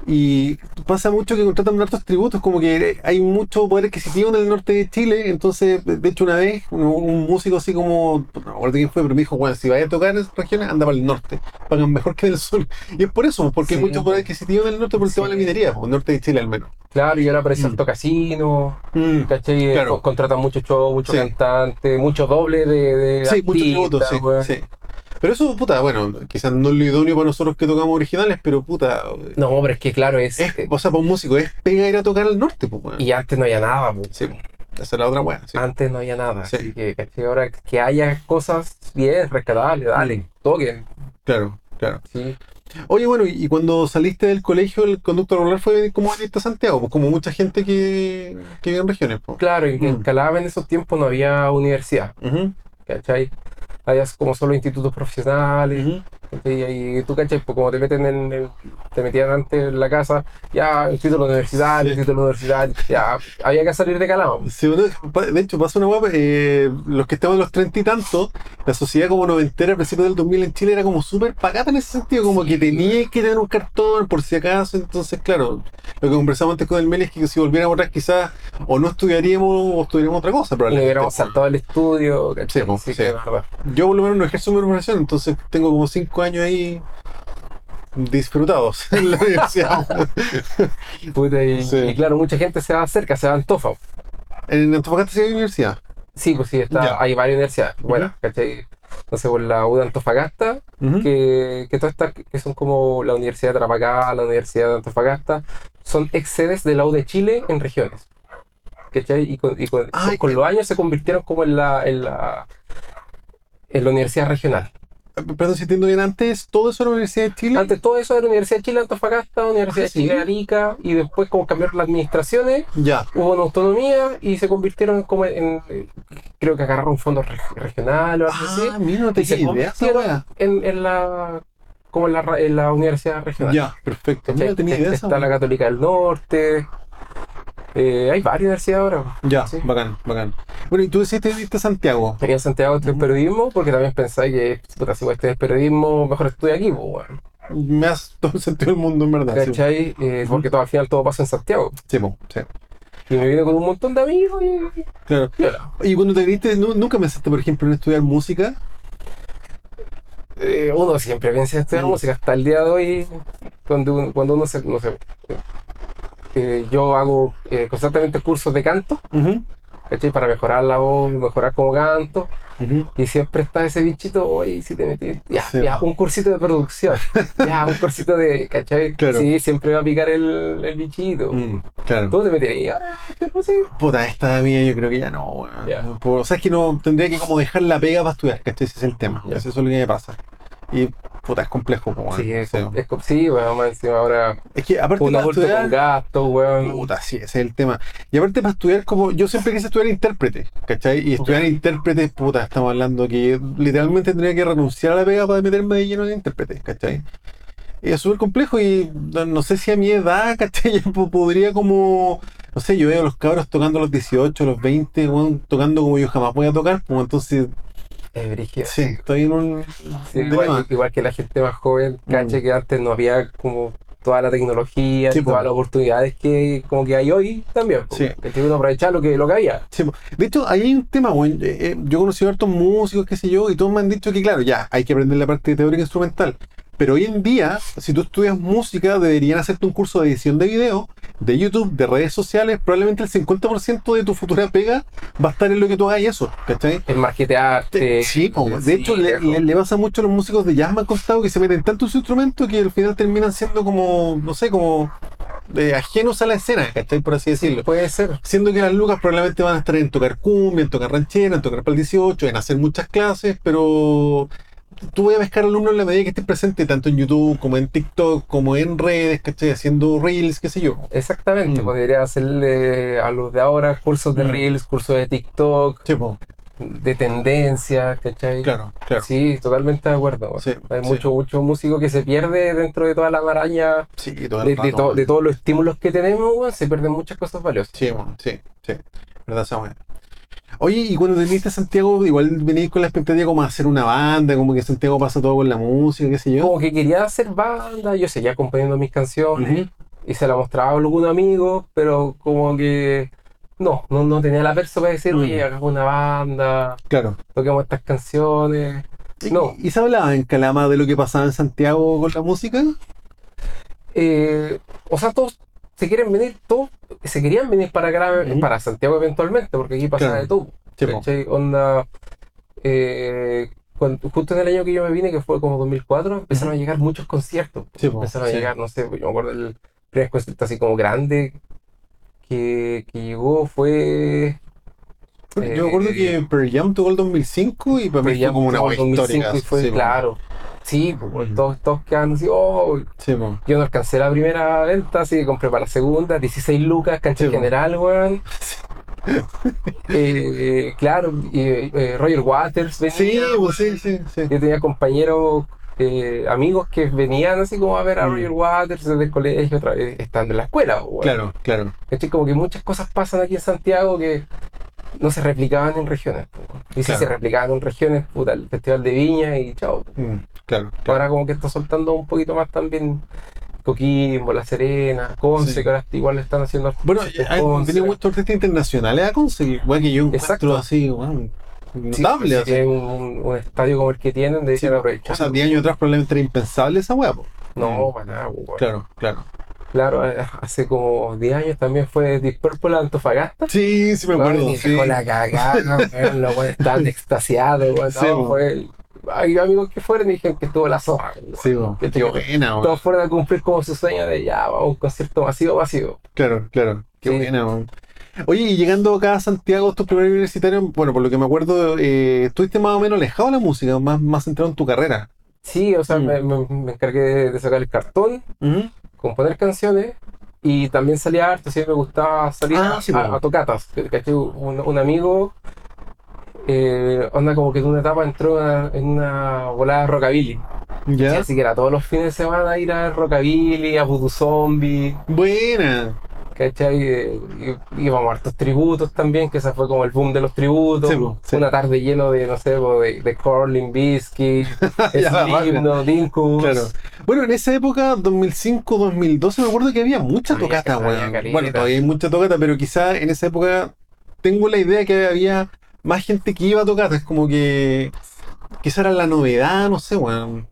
S1: Y pasa mucho que contratan hartos tributos, como que hay mucho poder adquisitivo en el norte de Chile. Entonces, de hecho, una vez un, un músico así como, no me acuerdo quién fue, pero me dijo: Bueno, si vaya a tocar en esas regiones, anda para el norte, pagan mejor que del sur. Y es por eso, porque hay
S2: Sí.
S1: mucho poder adquisitivo en el norte por el tema de la
S2: Sí.
S1: minería, por el norte de Chile al menos.
S2: Claro, y ahora aparece
S1: Mm.
S2: Alto Casino,
S1: Mm.
S2: ¿cachai? Eh,
S1: Claro.
S2: co- contratan muchos shows, muchos
S1: Sí.
S2: cantantes, muchos dobles de, de
S1: Sí, muchos tributos,
S2: artistas,
S1: sí,
S2: weón.
S1: sí. Pero eso, puta, bueno, quizás no es lo idóneo para nosotros que tocamos originales, pero puta,
S2: No, pero es que claro, es. eh,
S1: es, o sea, para un músico es pega ir a tocar al norte, pues, weón.
S2: y Ah. antes no había nada, po.
S1: Sí, pues, esa es la otra weá. Sí.
S2: Antes no había nada.
S1: Sí.
S2: Así que, ¿cachai? Ahora que haya cosas bien, rescatables,
S1: Mm.
S2: dale, toquen.
S1: Claro, claro.
S2: Sí.
S1: Oye, bueno, y y cuando saliste del colegio, el conducto rural fue como veniste a Santiago, pues como mucha gente que, que vive en regiones, pues.
S2: Claro, y que en
S1: Mm.
S2: Calama en esos tiempos no había universidad,
S1: Ujú,
S2: ¿cachai? Había como solo institutos profesionales.
S1: ujú.
S2: Y, y tú cachas, pues como te meten en el- te metían antes en la casa, ya, el título universitario, el título universitario, ya, había que salir de calado.
S1: Si uno- pa- de hecho, pasa una guapa, los que estamos en los treinta y tantos, la sociedad como noventera a principios del 2000 en Chile era como súper pagata en ese sentido, como que tenía que tener un cartón por si acaso, entonces claro, lo que conversamos antes con el Mel es que si volviéramos atrás quizás o no estudiaríamos o estudiaríamos otra cosa
S2: Y
S1: probablemente.
S2: hubiéramos saltado al estudio, ¿cachai?
S1: Sí, pues,
S2: Así
S1: sí.
S2: que, verdad.
S1: Yo por lo menos no ejerzo mi profesión, entonces tengo como cinco años ahí disfrutados en la universidad.
S2: Puta, y,
S1: Sí.
S2: y claro, mucha gente se va cerca, se va a Antofa.
S1: en Antofagasta sí hay universidad.
S2: Sí, pues sí, está,
S1: Ya.
S2: hay varias universidades. Bueno, ¿cachai? Entonces, por la U de Antofagasta,
S1: Ujú.
S2: que, que todas estas, que son como la Universidad de Tarapacá, la Universidad de Antofagasta, son ex sedes de la U de Chile en regiones. ¿Cachai? Y con, y con-
S1: Ay,
S2: con los años se convirtieron como en la, en la, en la universidad regional.
S1: Perdón si entiendo bien, antes todo eso era Universidad de Chile.
S2: Antes todo eso era la Universidad de Chile de Antofagasta, Universidad
S1: Ah,
S2: de Chile
S1: ¿sí?
S2: de Arica, y después como cambiaron las administraciones,
S1: Ya.
S2: hubo una autonomía y se convirtieron como en, en- creo que agarraron fondos reg- regionales o algo así.
S1: Ah, mira, no te
S2: Y se
S1: quedé idea esa
S2: convirtieron
S1: wea.
S2: en, en la como en la, ra- en la universidad regional.
S1: Ya, perfecto.
S2: ¿Cachai?
S1: Mira, tenía idea esa
S2: Está la
S1: wea.
S2: Católica del Norte. eh, hay varias universidades ahora.
S1: Ya,
S2: Sí.
S1: bacán, bacán. Bueno, y tú decidiste irte a Santiago.
S2: Aquí en Santiago estoy en periodismo porque también pensáis que puta, si voy a estudiar periodismo, mejor estudio aquí, pues, weón.
S1: Me hace todo el sentido del mundo, en verdad. Ah, Sí,
S2: ¿Cachai? Eh, porque todo, al final todo pasa en Santiago.
S1: sí, po, sí.
S2: Y me vine con un montón de amigos y.
S1: Claro.
S2: y hola.
S1: Y cuando te viniste, ¿nu- ¿nunca pensaste, por ejemplo, en estudiar música?
S2: Eh, uno siempre piensa en estudiar
S1: Mm.
S2: música hasta el día de hoy, cuando uno, cuando uno se. No sé. eh, yo hago eh, constantemente cursos de canto, ¿cachai? Para mejorar la voz, mejorar como canto.
S1: Ujú.
S2: Y siempre está ese bichito, oye, si te metí, ya,
S1: Sí.
S2: ya, un cursito de producción, ya, un cursito de, ¿cachai?
S1: Claro.
S2: Sí, siempre va a picar el, el bichito.
S1: Mm, claro.
S2: ¿Tú te meterías? "Ah, No sé.
S1: Puta, esta mía yo creo que ya no, weón.
S2: Ya.
S1: Po- O sea, es que no tendría que como dejar la pega para estudiar, ¿cachai? Ese es el tema.
S2: Ya.
S1: Eso es lo que me pasa. Y, puta, es complejo, po, weón.
S2: Sí, es,
S1: Sí.
S2: es com- sí, bueno, más encima ahora
S1: Es que aparte
S2: un
S1: para
S2: adulto con
S1: estudiar...
S2: gato, weón.
S1: Puta, sí, ese es el tema. Y aparte para estudiar, como yo siempre quise estudiar intérprete, ¿cachai? Y estudiar intérprete, puta, estamos hablando que literalmente tendría que renunciar a la pega para meterme de lleno en intérprete, ¿cachai? Y es súper complejo y no, no sé si a mi edad, ¿cachai? Yo po- podría como, no sé, yo veo a los cabros tocando a los 18, a los 20, weón, tocando como yo jamás voy a tocar, pues entonces,
S2: Es brígido.
S1: sí, estoy en un...
S2: Sí,
S1: dilema.
S2: igual, igual que la gente más joven, caché que antes no había como toda la tecnología,
S1: Mm. Sí,
S2: y todas
S1: po.
S2: las oportunidades que como que hay hoy también. po,
S1: Sí.
S2: Que uno aprovechar lo que, lo que había.
S1: Sí, po. de hecho, ahí hay un tema, weón. Eh, eh, yo he conocido a hartos músicos, qué sé yo, y todos me han dicho que, claro, ya, hay que aprender la parte teórica e instrumental. Pero hoy en día, si tú estudias música, deberían hacerte un curso de edición de video, de YouTube, de redes sociales. Probablemente el 50% de tu futura pega va a estar en lo que tú hagas y eso, ¿cachai? Eh,
S2: El marketearte.
S1: sí, po, de
S2: sí,
S1: hecho, le,
S2: viejo.
S1: le- le pasa mucho a los músicos de jazz, me han contado que se meten tanto en su instrumento que al final terminan siendo como, no sé, como eh, ajenos a la escena, ¿cachai? Por así decirlo.
S2: Puede ser.
S1: Siendo que las lucas probablemente van a estar en tocar cumbia, en tocar ranchera, en tocar para el 18, en hacer muchas clases, pero tú voy a pescar alumnos en la medida que estés presente, tanto en YouTube como en TikTok, como en redes, ¿cachai? Haciendo reels, qué sé yo.
S2: Exactamente,
S1: Mm.
S2: podría hacerle a los de ahora cursos de
S1: Mm.
S2: Reels, cursos de TikTok,
S1: Sí, po,
S2: de tendencias, ¿cachai?
S1: claro, claro.
S2: Sí, totalmente de acuerdo.
S1: Sí,
S2: Hay
S1: sí.
S2: mucho, mucho músico que se pierde dentro de toda la maraña
S1: Sí, todo el
S2: de, de
S1: rato,
S2: to-
S1: weón.
S2: de todos los estímulos que tenemos, weón, se pierden muchas cosas valiosas.
S1: Sí, bueno, sí, sí. ¿Verdad, Samuel? Oye, y cuando te viniste a Santiago, igual venís con la expectativa como de hacer una banda, como que Santiago pasa todo con la música, qué sé yo.
S2: Como que quería hacer banda, yo seguía componiendo mis canciones
S1: Ujú.
S2: y se la mostraba a algún amigo, pero como que no, no, no tenía la perso para decir,
S1: Mm.
S2: oye, hagamos una banda,
S1: Claro.
S2: toquemos estas canciones. No.
S1: ¿Y, y se hablaba en Calama de lo que pasaba en Santiago con la música?
S2: eh, o sea, todos se quieren venir, todos se querían venir para acá,
S1: Ujú.
S2: para Santiago eventualmente, porque aquí pasa
S1: Mm. Claro.
S2: de todo.
S1: Sí, po.
S2: ¿cachai? Onda, eh, cuan- justo en el año que yo me vine, que fue como 2004, empezaron a llegar muchos conciertos.
S1: Sí, po,
S2: Empezaron
S1: Oh, sí.
S2: a llegar, no sé, yo me acuerdo el primer concierto así como grande que, que llegó fue.
S1: Pero Yo me acuerdo
S2: eh,
S1: que Pearl Jam tocó el 2005 y para mí
S2: Pearl
S1: fue
S2: Jam,
S1: como una
S2: como
S1: wea
S2: el 2005
S1: histórica.
S2: y fue,
S1: sí, po.
S2: claro. Sí, pues,
S1: Ujú.
S2: todos, todos quedan así, oh,
S1: Sí, po.
S2: yo no alcancé la primera venta, así que compré para la segunda, 16 lucas, cancha
S1: Sí, pues. po.
S2: general, weón. Eh, eh, claro, y, eh, Roger Waters venía,
S1: Sí, po,
S2: weón. pues,
S1: sí, sí, sí.
S2: Yo tenía compañeros eh, amigos que venían así como a ver a
S1: Mm.
S2: Roger Waters desde el colegio, otra vez estando en la escuela. po, weón.
S1: Claro, claro.
S2: ¿Cachai? Como que muchas cosas pasan aquí en Santiago que no se replicaban en regiones. po. Y si
S1: Claro.
S2: se replicaban en regiones, puta, el Festival de Viña y chao.
S1: Mm, claro.
S2: Ahora como que está soltando un poquito más también Coquimbo, La Serena, Conce,
S1: Sí.
S2: que ahora igual están haciendo
S1: Bueno,
S2: artistas de
S1: hay-
S2: Conce.
S1: tiene muchos artistas internacionales a conseguir, weón, que yo encuentro
S2: eh, Exacto.
S1: así, weón,
S2: Sí,
S1: notable.
S2: si
S1: así.
S2: tienen un, un estadio como el que tienen, deberían aprovechar.
S1: o sea, 10 años atrás probablemente era impensable esa weá, po.
S2: no, para nada, po, weón.
S1: Claro, claro.
S2: Claro, eh, hace como 10 años también fue Deep Purple a Antofagasta.
S1: Sí, sí me acuerdo.
S2: Weón, y
S1: sí.
S2: dejó la cagada, weón, los weones estaban extasiados, weón.
S1: Sí,
S2: no,
S1: weón.
S2: fue el- Hay amigos que fueron y dijeron que estuvo la zorra. weón.
S1: Sí, po.
S2: Que
S1: Qué
S2: tenía-
S1: buena, weón.
S2: Todos fueron a cumplir como su sueño de ya, vamos a un concierto masivo, masivo.
S1: Claro, claro. Qué
S2: Sí.
S1: buena, weón. Oye, y llegando acá a Santiago, tus primeros universitarios, bueno, por lo que me acuerdo, eh, estuviste más o menos alejado de la música, más, más centrado en tu carrera.
S2: Sí, o sea,
S1: Mm.
S2: me, me- me encargué de- de sacar el cartón, componer canciones y también salía harto, siempre me gustaba salir
S1: Ah,
S2: a,
S1: sí,
S2: a-
S1: bueno.
S2: a tocatas. ¿cachai? Un, un amigo, eh, onda como que en una etapa entró en una- en una volada de rockabilly.
S1: ¿Ya?
S2: Así que era todos los fines de semana ir a rockabilly, a voodoo zombie,
S1: Buena.
S2: ¿cachai? Eh, y- Íbamos a hartos tributos también, que ese fue como el boom de los tributos.
S1: Sí, po, sí.
S2: Una tarde lleno de, no sé, po, de, de Corlin, Biscuit,
S1: Ya la
S2: Slipknot, Incubus.
S1: Claro. Bueno, en esa época, 2005, 2012, me acuerdo que había mucha
S2: Había-
S1: tocata,
S2: había
S1: weón.
S2: caleta.
S1: Bueno, todavía hay mucha tocata, pero quizá en esa época tengo la idea que había más gente que iba a tocata. Es como que quizá era la novedad, no sé, weón.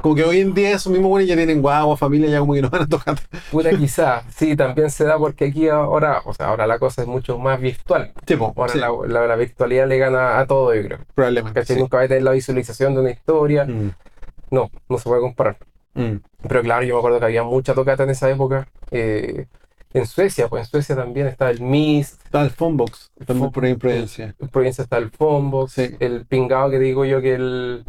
S1: Como que hoy en día esos mismos weones ya tienen guagua, familia, ya como que no van a tocar.
S2: Puta, quizás, sí, también se da porque aquí ahora, o sea, ahora la cosa es mucho más virtual.
S1: Tipo,
S2: Ahora
S1: sí,
S2: la, la- la virtualidad le gana a todo, yo creo.
S1: probablemente.
S2: ¿Cachai?
S1: sí.
S2: Nunca va a tener la visualización de una historia.
S1: Mm,
S2: No, no se puede comparar.
S1: mm.
S2: Pero claro, yo me acuerdo que había mucha tocata en esa época. eh, en Suecia, pues en Suecia también está el Mist,
S1: Está el Phonebox, también
S2: Phone-
S1: por imprudencia.
S2: en Provincia está el Fombox,
S1: Sí.
S2: el Pingao que digo yo que el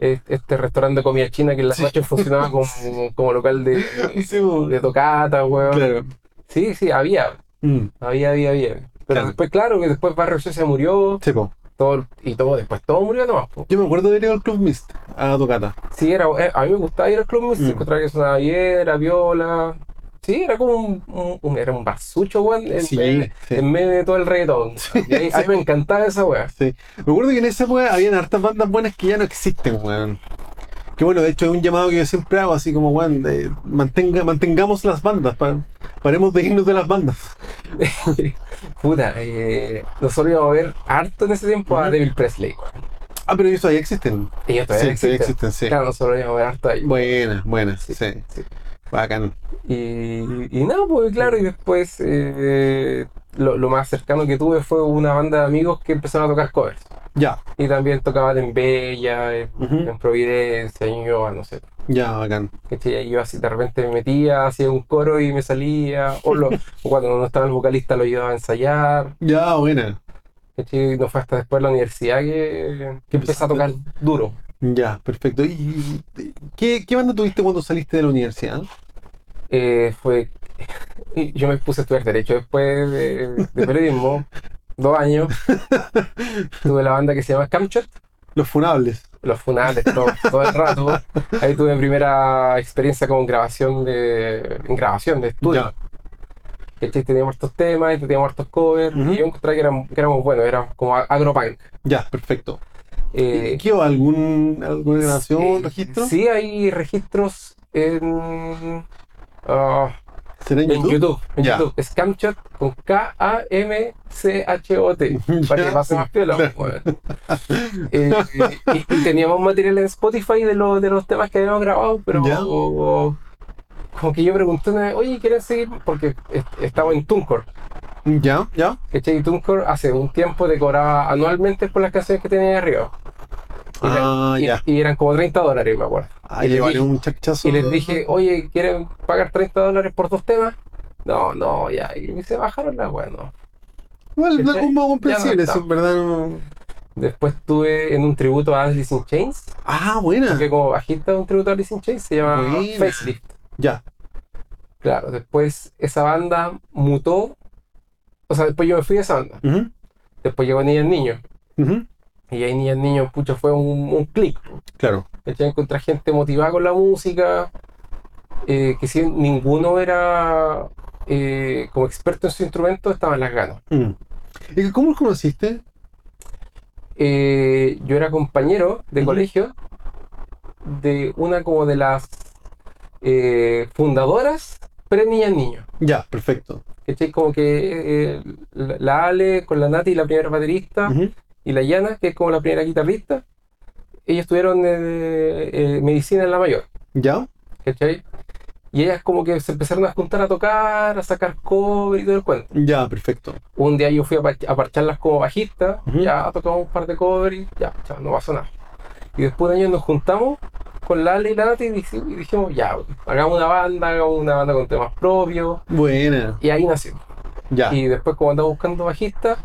S2: es- este restaurante de comida china que en las noches funcionaba como, como local de,
S1: Sí, weón.
S2: de tocata, weón.
S1: Claro.
S2: Sí, sí, había.
S1: Mm,
S2: Había, había, había. Pero
S1: Claro.
S2: después, claro, que después Barrio se murió,
S1: sí, po.
S2: todo, y todo, después todo murió nomás. po.
S1: Yo me acuerdo de ir al Club Mist a tocata.
S2: Sí, era, eh, a mí me gustaba ir al club music,
S1: Mm.
S2: encontraba que sonaba bien, era viola. Sí, era como un, un- un- era un basucho, weón, en,
S1: Sí,
S2: en-
S1: sí.
S2: en medio de todo el reggaetón. Y ahí- a mí me encantaba esa weá.
S1: Sí. Me acuerdo que en esa época habían hartas bandas buenas que ya no existen, weón. Que bueno, de hecho es un llamado que yo siempre hago, así como, weón, eh, mantenga, mantengamos las bandas, pa- paremos de irnos de las bandas.
S2: Puta, eh, nosotros íbamos a ver harto en ese tiempo a
S1: Ujú.
S2: Devil Presley.
S1: Ah, pero eso ahí existen.
S2: Ellos
S1: sí,
S2: todavía
S1: todavía
S2: existen.
S1: existen, sí.
S2: Claro, nosotros íbamos a ver harto a ellos.
S1: Buenas, buenas, sí.
S2: Sí, sí.
S1: Bacán.
S2: Y, y nada, pues claro, y
S1: Mm.
S2: después eh, lo, lo más cercano que tuve fue una banda de amigos que empezaron a tocar covers.
S1: Ya,
S2: Y también tocaban en Bella, en,
S1: Ujú.
S2: en Providencia, en Ñuñoa, no sé.
S1: ya, bacán.
S2: ¿Cachai? Ahí Yo así de repente me metía, hacía un coro y me salía. O, lo- o cuando no estaba el vocalista lo ayudaba a ensayar.
S1: Ya, buena.
S2: ¿cachai? No fue hasta después de la universidad que, que empecé a tocar duro.
S1: Ya, perfecto. ¿Y y- qué, qué banda tuviste cuando saliste de la universidad?
S2: eh, fue. y Yo me puse a estudiar Derecho después de, de periodismo, dos años. Tuve la banda que se llama Camchat,
S1: Los funables.
S2: los funales, todo, todo el rato. Ahí tuve mi primera experiencia con grabación de, en grabación de estudio.
S1: Ya.
S2: ¿Cachai? Teníamos hartos temas, y teníamos hartos covers,
S1: Ujú.
S2: y yo encontré que éramos, que éramos buenos, éramos como a- agropunk.
S1: Ya, perfecto.
S2: Eh,
S1: ¿Y ¿Qué algún, alguna grabación,
S2: eh,
S1: registro?
S2: Sí, hay registros en. ah,
S1: ¿Será en
S2: En
S1: YouTube?
S2: YouTube, en
S1: Ya.
S2: YouTube. Scamchat con K-A-M-C-H-O-T. Para que
S1: Ya.
S2: pase más piola.
S1: Claro.
S2: weón. Eh, y, y teníamos material en Spotify de, los de los temas que habíamos grabado, pero
S1: Ya.
S2: o- como que yo pregunté una vez, oye, ¿quieren seguir? Porque est- estaba en TuneCore.
S1: Ya, ya.
S2: ¿Cachai? Y TuneCore hace un tiempo te cobraba anualmente por las canciones que tenía ahí arriba. Y,
S1: Ah,
S2: y-
S1: ya.
S2: y eran como 30 dólares, me acuerdo.
S1: Ah,
S2: Y
S1: le
S2: les
S1: valió
S2: dije-
S1: un chachazo.
S2: Y les dije, oye, ¿quieren pagar 30 dólares por dos temas? No, no, ya. Y se bajaron la weá, no.
S1: Bueno, no,
S2: ¿cachai?
S1: un poco
S2: Ya no
S1: comprensible,
S2: está.
S1: eso en verdad no.
S2: Después estuve en un tributo a Alice in Chains.
S1: Ah, buena.
S2: Toqué como bajista de un tributo a Alice in Chains. Se llama
S1: Buena.
S2: Facelift.
S1: Ya.
S2: Claro, después esa banda mutó. O sea, después yo me fui de esa banda.
S1: Ujú,
S2: Después llegó Niña el Niño.
S1: ujú.
S2: Y ahí Niña el Niño, pucha, fue un, un clic.
S1: Claro.
S2: ¿cachai? Encontrar gente motivada con la música, eh, que si bien ninguno era eh, como experto en su instrumento, estaban las ganas.
S1: Mm. ¿Y cómo los conociste?
S2: Eh, yo era compañero de
S1: Ujú.
S2: colegio de una como de las eh, fundadoras pre-niñas niños.
S1: Ya, perfecto.
S2: ¿Cachai? Como que eh, la la Ale con la Nati, la primera baterista,
S1: Ujú.
S2: y la Yana, que es como la primera guitarrista, ellos tuvieron eh, eh, medicina en la mayor,
S1: ¿Ya?
S2: ¿cachai? Y ellas como que se empezaron a juntar a tocar, a sacar cover y todo el cuento.
S1: Ya, perfecto.
S2: Un día yo fui a, par- a parcharlas como bajista,
S1: Ujú.
S2: ya tocamos un par de cover y ya, chao, no pasó nada. Y después de años nos juntamos con la Ale y la Nati y dijimos, y dijimos, ya, hagamos una banda, hagamos una banda con temas propios.
S1: Buena.
S2: Y ahí nació.
S1: Ya.
S2: Y después, como andaba buscando bajista,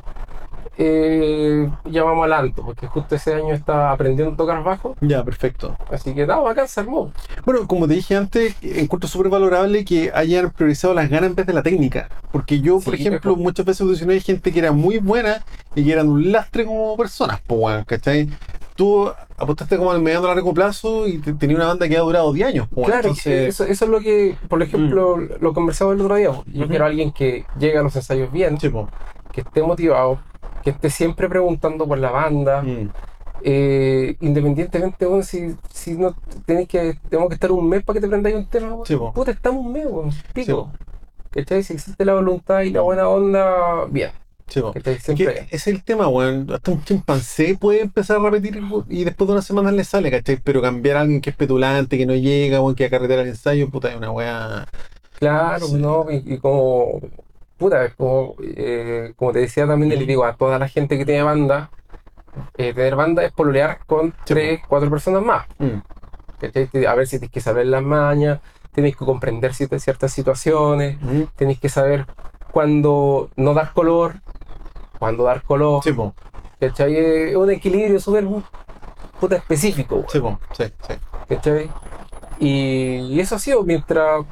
S2: eh, llamamos al Anto, porque justo ese año estaba aprendiendo a tocar bajo.
S1: Ya, perfecto.
S2: Así que, no, acá se armó.
S1: Bueno, como te dije antes, encuentro súper valorable que hayan priorizado las ganas en vez de la técnica. Porque yo, por
S2: Sí,
S1: ejemplo,
S2: mejor.
S1: muchas veces audicioné gente que era muy buena y que eran un lastre como personas, po, weón, ¿cachai? Tú apostaste como al mediano a largo plazo y te- tenía una banda que ha durado 10 años, po, weón.
S2: claro,
S1: Entonces, Mm.
S2: eso, eso es lo que, por ejemplo, lo conversamos el otro día. Yo
S1: Ujú.
S2: quiero a alguien que llegue a los ensayos bien,
S1: sí, po.
S2: que esté motivado, que esté siempre preguntando por la banda.
S1: Mm.
S2: Eh, independientemente, bueno, si, si no tenés que, tenemos que estar un mes para que te prendáis un tema, bueno,
S1: Sí, po.
S2: puta, estamos un mes, bueno,
S1: Sí, po.
S2: pico. ¿Cachai? Si existe la voluntad y la buena onda, bien.
S1: Sí, po.
S2: ¿Cachai?
S1: Es que
S2: Siempre.
S1: ese es el tema, weón. Hasta un chimpancé puede empezar a repetir y después de una semana le sale, ¿cachai? Pero cambiar a alguien que es petulante, que no llega, weón, que va a carretera al ensayo, puta, es una weá.
S2: Claro,
S1: Sí.
S2: ¿no? Y, y como, puta, es como, eh, como te decía también, les digo a toda la gente que tiene banda, eh, tener banda es pololear con
S1: Sí,
S2: tres, cuatro personas más.
S1: Mm.
S2: ¿cachai? Te- A ver si tienes que saber las mañas, tienes que comprender cier- ciertas situaciones,
S1: Mm,
S2: tienes que saber cuándo no dar color, cuándo dar color,
S1: Sí, po.
S2: ¿cachai? Es un equilibrio súper puta específico, weón.
S1: Sí, po. Sí, sí.
S2: ¿cachai? Y eso ha sido mientras,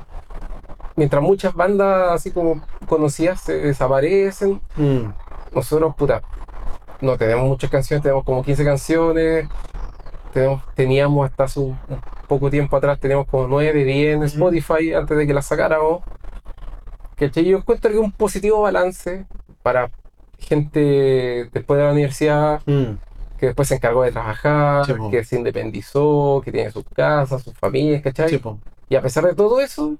S2: mientras muchas bandas así como conocidas se desaparecen,
S1: Mm.
S2: nosotros, puta, no tenemos muchas canciones, tenemos como 15 canciones, tenemos, teníamos hasta hace un un poco tiempo atrás, teníamos como 9, 10 en Spotify antes de que las sacáramos. ¿Cachai? Yo encuentro que un positivo balance para gente después de la universidad,
S1: Mm.
S2: que después se encargó de trabajar,
S1: Sí, po.
S2: que se independizó, que tiene sus casas, sus familias, ¿cachai?
S1: Sí, po.
S2: Y a pesar de todo eso,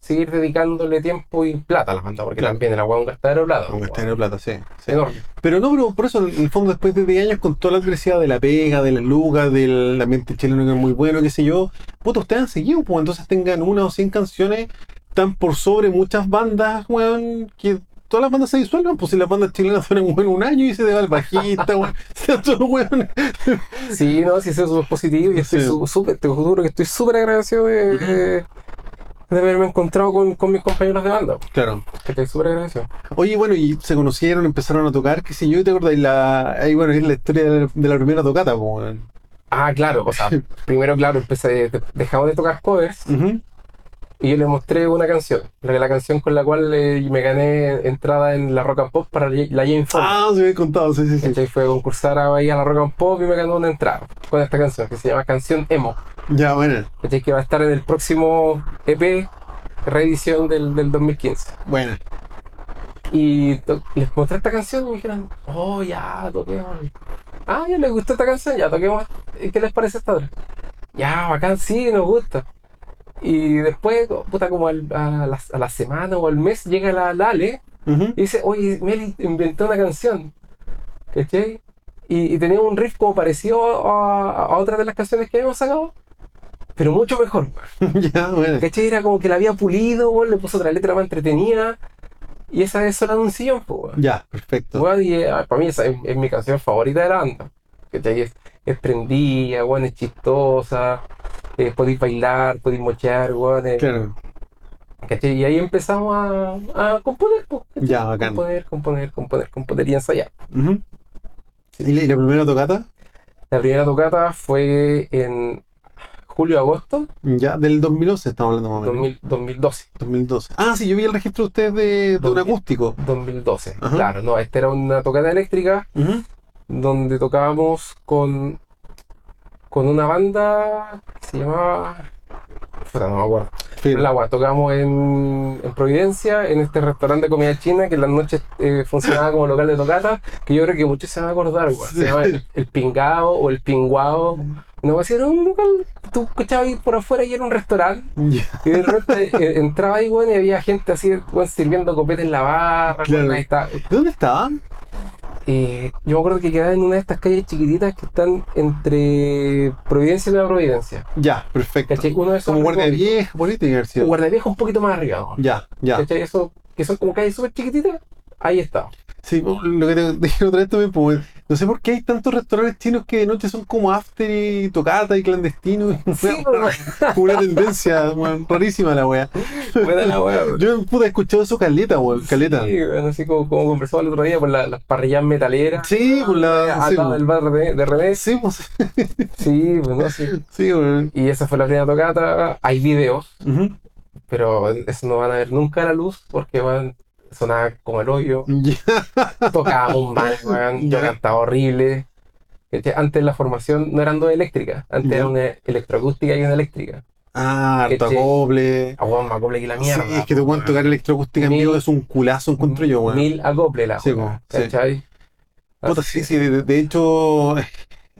S2: seguir dedicándole tiempo y plata a la banda, porque
S1: Claro.
S2: también el agua es un gastadero de plata.
S1: Con
S2: weón.
S1: gastar plata, sí. sí.
S2: Enorme.
S1: Pero no, pero por eso, en el fondo, después de 10 años, con toda la adversidad de la pega, de la luga, del ambiente chileno que es muy bueno, qué sé yo, puta, ustedes han seguido, pues entonces tengan una o 100 canciones, tan por sobre muchas bandas, weón, que todas las bandas se disuelvan, pues si las bandas chilenas suenan weón, un año y se te va el bajista, weón, se dan todos, weón.
S2: Sí, no, sí, eso es positivo y estoy
S1: Sí.
S2: su- súper, te juro que estoy súper agradecido de, de- de haberme encontrado con, con mis compañeros de banda.
S1: Claro.
S2: Que estoy súper agradecido.
S1: Oye, bueno, y se conocieron, empezaron a tocar, qué sé yo, y te acordás, la, ahí, bueno, es la historia de la, de la primera tocata, pues, weón.
S2: Ah, claro, o sea, primero, claro, empecé, de- dejamos de tocar covers
S1: Ujú.
S2: y yo le mostré una canción, la, la canción con la cual eh, me gané entrada en la Rock and Pop para la la Jane Fonda.
S1: Ah, se me había contado, sí, sí, sí.
S2: ¿Cachai? Fue a concursar a Bahía a la Rock and Pop y me ganó una entrada con esta canción que se llama Canción Emo.
S1: Ya, bueno.
S2: ¿cachai? Que va a estar en el próximo EP, reedición del, del 2015.
S1: Bueno.
S2: Y to- les mostré esta canción y me dijeron, oh, ya, toquemos. Ah, ya les gustó esta canción, ya toquemos. ¿Qué les parece esta otra? Ya, bacán, sí, nos gusta. Y después, co- puta, como al- a, la, a la semana o al mes, llega la, la Ale
S1: Ujú.
S2: y dice, oye, Meli inventó una canción. ¿Cachai? Y, y tenía un riff como parecido a, a otra de las canciones que habíamos sacado, pero mucho mejor.
S1: ya, bueno.
S2: ¿Cachai? Era como que la había pulido, weón, le puso otra letra más entretenida. Y esa es sola de un sillón, po, weón.
S1: Ya, perfecto.
S2: Weón, y, eh, para mí esa es, es mi canción favorita de la banda. ¿Cachai? Es, es prendida, weón, es chistosa. eh, podéis bailar, podéis mochar, weón. eh,
S1: Claro.
S2: ¿cachai? Y ahí empezamos a, a componer, po, ¿cachai?
S1: Ya, bacán.
S2: Componer, componer, componer, componer y ensayar.
S1: Ujú. ¿Y la, y la primera tocata?
S2: La primera tocata fue en julio-agosto
S1: Ya, del 2011 estamos hablando más o menos.
S2: 2000 2012.
S1: 2012. Ah, sí, yo vi el registro de ustedes de, de un
S2: 2000.
S1: acústico.
S2: 2012,
S1: Ajá.
S2: claro, no, esta era una tocata eléctrica. donde tocábamos con con una banda que se llamaba. puta, no me acuerdo.
S1: Filo.
S2: La guay, tocamos en, en Providencia, en este restaurante de comida china que en las noches eh, funcionaba como local de tocata, que yo creo que muchos se van a acordar, guay. Se llama el, el Pingao o el Pinguao. No, así era un local, tú escuchabas ahí por afuera y era un restaurante.
S1: Ya.
S2: Y de repente eh, entraba ahí, weón, y había gente así, weón, sirviendo copete en la barra,
S1: Claro.
S2: weón, ahí está.
S1: ¿Dónde estaba?
S2: Eh, yo me acuerdo que quedaba en una de estas calles chiquititas que están entre Providencia y Nueva Providencia.
S1: Ya, perfecto.
S2: ¿Cachai? Uno de esos.
S1: Como guardia
S2: recovecos.
S1: vieja, política,
S2: Un
S1: universidad.
S2: guardavieja un poquito más arriba, weón.
S1: Ya, ya.
S2: ¿Cachai? Eso, que son como calles súper chiquititas, ahí está.
S1: Sí, lo que te dije otra vez también, pues, no sé por qué hay tantos restaurantes chinos que de noche son como after y tocata y clandestino. y
S2: Sí,
S1: wea,
S2: pero-
S1: como una tendencia, weón, rarísima la wea.
S2: Buena la wea, weón.
S1: Yo puta, he escuchado eso caleta, weón, caleta.
S2: Sí, bueno, así como, como conversaba el otro día por la- las parrillas metaleras.
S1: Sí, por la.
S2: Atado
S1: Sí,
S2: Ah, del
S1: weón.
S2: bar de, de René.
S1: Sí, pues,
S2: Sí, pues no sí.
S1: sí, weón.
S2: Y esa fue la primera tocata. Hay videos,
S1: Ujú.
S2: pero eso no van a ver nunca a la luz porque van, sonaba como el hoyo.
S1: Ya,
S2: Tocábamos mal, weón. Yo
S1: Ya.
S2: cantaba horrible. ¿Cachai? Antes la formación no eran dos eléctricas, antes
S1: Ya.
S2: era una electroacústica y una eléctrica.
S1: Ah, harto
S2: Qué
S1: acople.
S2: A más acople que la mierda.
S1: Sí, es que te cuento tocar electroacústica en
S2: Mil-
S1: vivo es un culazo, encuentro yo, weón.
S2: Mil acople la
S1: Sí,
S2: wea,
S1: po, sí.
S2: ¿cachai?
S1: Puta, sí, sí, de, de hecho,